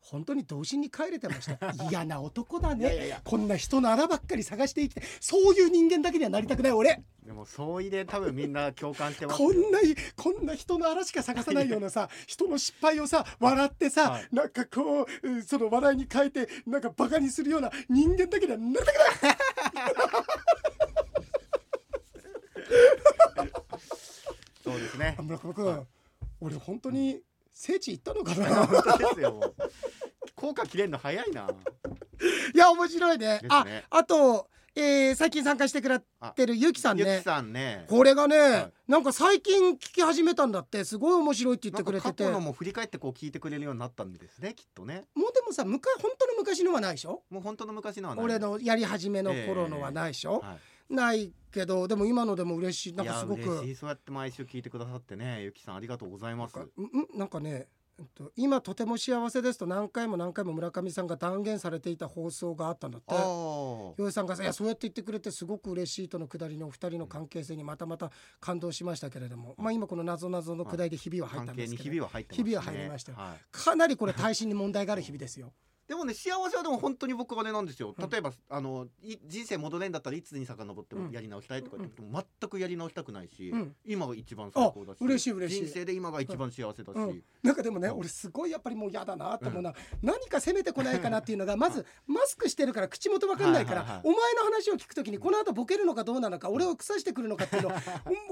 S1: 本当に童心に帰れてました 嫌な男だね
S2: いやいやいや
S1: こんな人の穴ばっかり探して生きてそういう人間だけにはなりたくない俺
S2: でも総意で多分みんな共感してますよ
S1: こんなこんな人の穴しか探さないようなさ人の失敗をさ笑ってさ、
S2: はい
S1: なんかこううんその笑いに変えてなんかバカにするような人間だけにはなりたくない
S2: そうですね
S1: 安村君、俺本当に聖地行ったのかな
S2: 本当ですよもう効果切れるの早いない
S1: や面 白いね
S2: です
S1: あ
S2: ね
S1: あと、えー最近参加してくれてるゆきさん
S2: ゆき
S1: ね
S2: さんね
S1: これがね、
S2: はい
S1: なんか最近聞き始めたんだってすごい面白いって言っ
S2: な
S1: て
S2: ん
S1: く
S2: か
S1: れて
S2: 過
S1: て
S2: 去のも振り返ってこう聞いてくれるようになったんですねきっとね
S1: もうでもさ昔本当の昔のはないでしょ
S2: もう本当の昔のはない
S1: 俺のやり始めの頃のはないでしょ、
S2: はい
S1: ないけどでも今のでも嬉しいなんかすご
S2: いや嬉
S1: く
S2: しいそうやって毎週聞いてくださってねゆきさんありがとうございます
S1: なんかうんなんかねえっと今とても幸せですと何回も何回も村上さんが断言されていた放送があったんだって
S2: あー
S1: 洋平さんがいやそうやって言ってくれてすごく嬉しいとのくだりのお二人の関係性にまたまた感動しましたけれども、まあ今この謎々のくだりでひびは入っ
S2: 関
S1: たん
S2: 係
S1: です
S2: に
S1: け
S2: ひ
S1: ど、
S2: びは入ってます
S1: ひ
S2: ね
S1: びは入りましたよ
S2: はい
S1: かなりこれ耐震に問題がある日々ですよ。
S2: でもね幸せはでも本当に僕はねなんですよ
S1: うん
S2: 例えば、あのい人生戻れんだったらいつに遡って
S1: う
S2: も
S1: ん
S2: やり直したいとか言っても、全くやり直したくないし、
S1: うん
S2: 今が一番最高だし
S1: あ嬉しい嬉しい
S2: 人生で今が一番幸せだし、
S1: うんなんかでもね、
S2: うん
S1: 俺すごいやっぱりもう嫌だなと思うな、何か攻めてこないかなっていうのがまずマスクしてるから口元わかんないから、
S2: はいはい
S1: お前の話を聞くときにこの後ボケるのかどうなのか俺を腐してくるのかっていう のを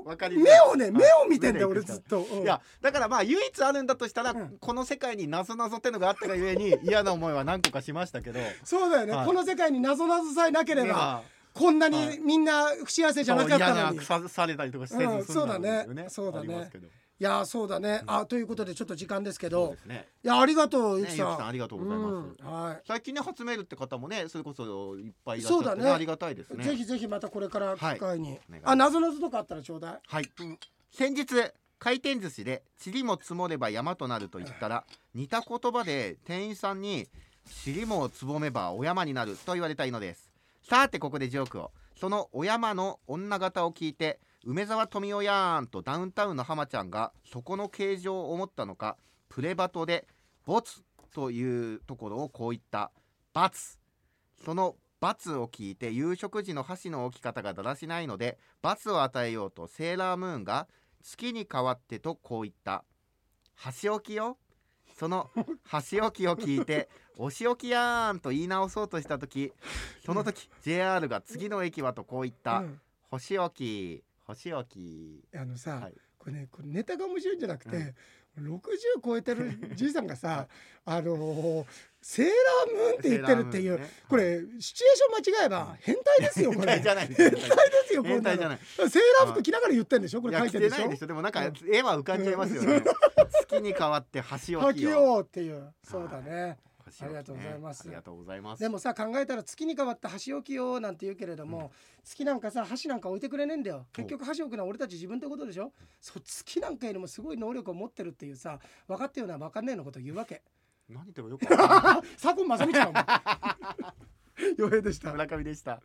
S2: わかりづら
S1: 目
S2: い
S1: をね目を見てんだよ
S2: はい
S1: 俺ずっと、うん
S2: いやだからまあ唯一あるんだとしたら、
S1: うん
S2: この世界に謎謎ってのがあったがゆえ に嫌な思いは何個かしましたけど
S1: そうだよね、
S2: はい
S1: この世界に謎々さえなけれ
S2: い
S1: ば
S2: や
S1: こんな
S2: は
S1: に
S2: い
S1: みんな不幸せじゃなかったのに、い、
S2: そう嫌な腐されたりとかせず
S1: うん
S2: 済んだんですよ
S1: そうだねそうだね
S2: ありますけど
S1: やそうだねあということでちょっと時間ですけ
S2: そう
S1: ど
S2: ですね
S1: いやありがとうゆ
S2: ねゆ
S1: き
S2: き
S1: さん,、
S2: さんありがとうございます、
S1: うんはい
S2: 最近ね初メールって方もねそれこそいっぱいいらっしゃって、
S1: そうだ
S2: ね
S1: ね
S2: ありがたいですね
S1: ぜひぜひまたこれから機会に、
S2: お願い
S1: あ謎々とかあったらちょうだい
S2: はい、先日回転寿司で「塵も積もれば山となる」と言ったら似た言葉で店員さんに「塵もつぼめばお山になる」と言われたいのですさてここでジョークをそのお山の女方を聞いて梅沢富美男やーんとダウンタウンの浜ちゃんがそこの形状を思ったのかプレバトで「ボツ」というところをこう言った「バツ」その「バツ」を聞いて夕食時の箸の置き方がだらしないので罰を与えようとセーラームーンが月に変わってとこう言った箸置きよその箸置きを聞 いて「お仕置きやーん」と言い直そうとした時その時 JR が次の駅はとこう言った
S1: うん
S2: 「星置き星置き
S1: あの」さ、
S2: はい
S1: これねこれネタが面白いんじゃなくて、
S2: うん
S1: 60超えて るじいさんがさあのーセーラームーンって言ってるってい
S2: セー
S1: う、
S2: ラームーンね
S1: これシチュエーション間違えば変態ですよこ
S2: 変
S1: れ
S2: 態じゃない
S1: 変態ですよこれ
S2: 変態じゃない
S1: セーラー服着ながら言ってんでしょこ
S2: い
S1: れ
S2: や
S1: 書い
S2: 着
S1: て
S2: て
S1: るで
S2: な
S1: し
S2: い
S1: ょ
S2: でしょでもなんか
S1: うん
S2: 絵は浮かんじゃいますよね月に変わって箸置
S1: 履き
S2: きよ
S1: ようっていうそうだね
S2: 箸
S1: あ
S2: 置きね
S1: りがとうございます
S2: ありがとうございます
S1: でもさ考えたら月に変わった箸置きよなんて言うけれども、月なんかさ箸なんか置いてくれねえんだよ結局箸置くのは俺たち自分ってことでしょそう月なんかよりもすごい能力を持ってるっていうさ分かってるような分かんねえのことを言うわけ
S2: 何言ってるかよくわかんない
S1: あ左近正美ちゃん余平でした
S2: 村上でした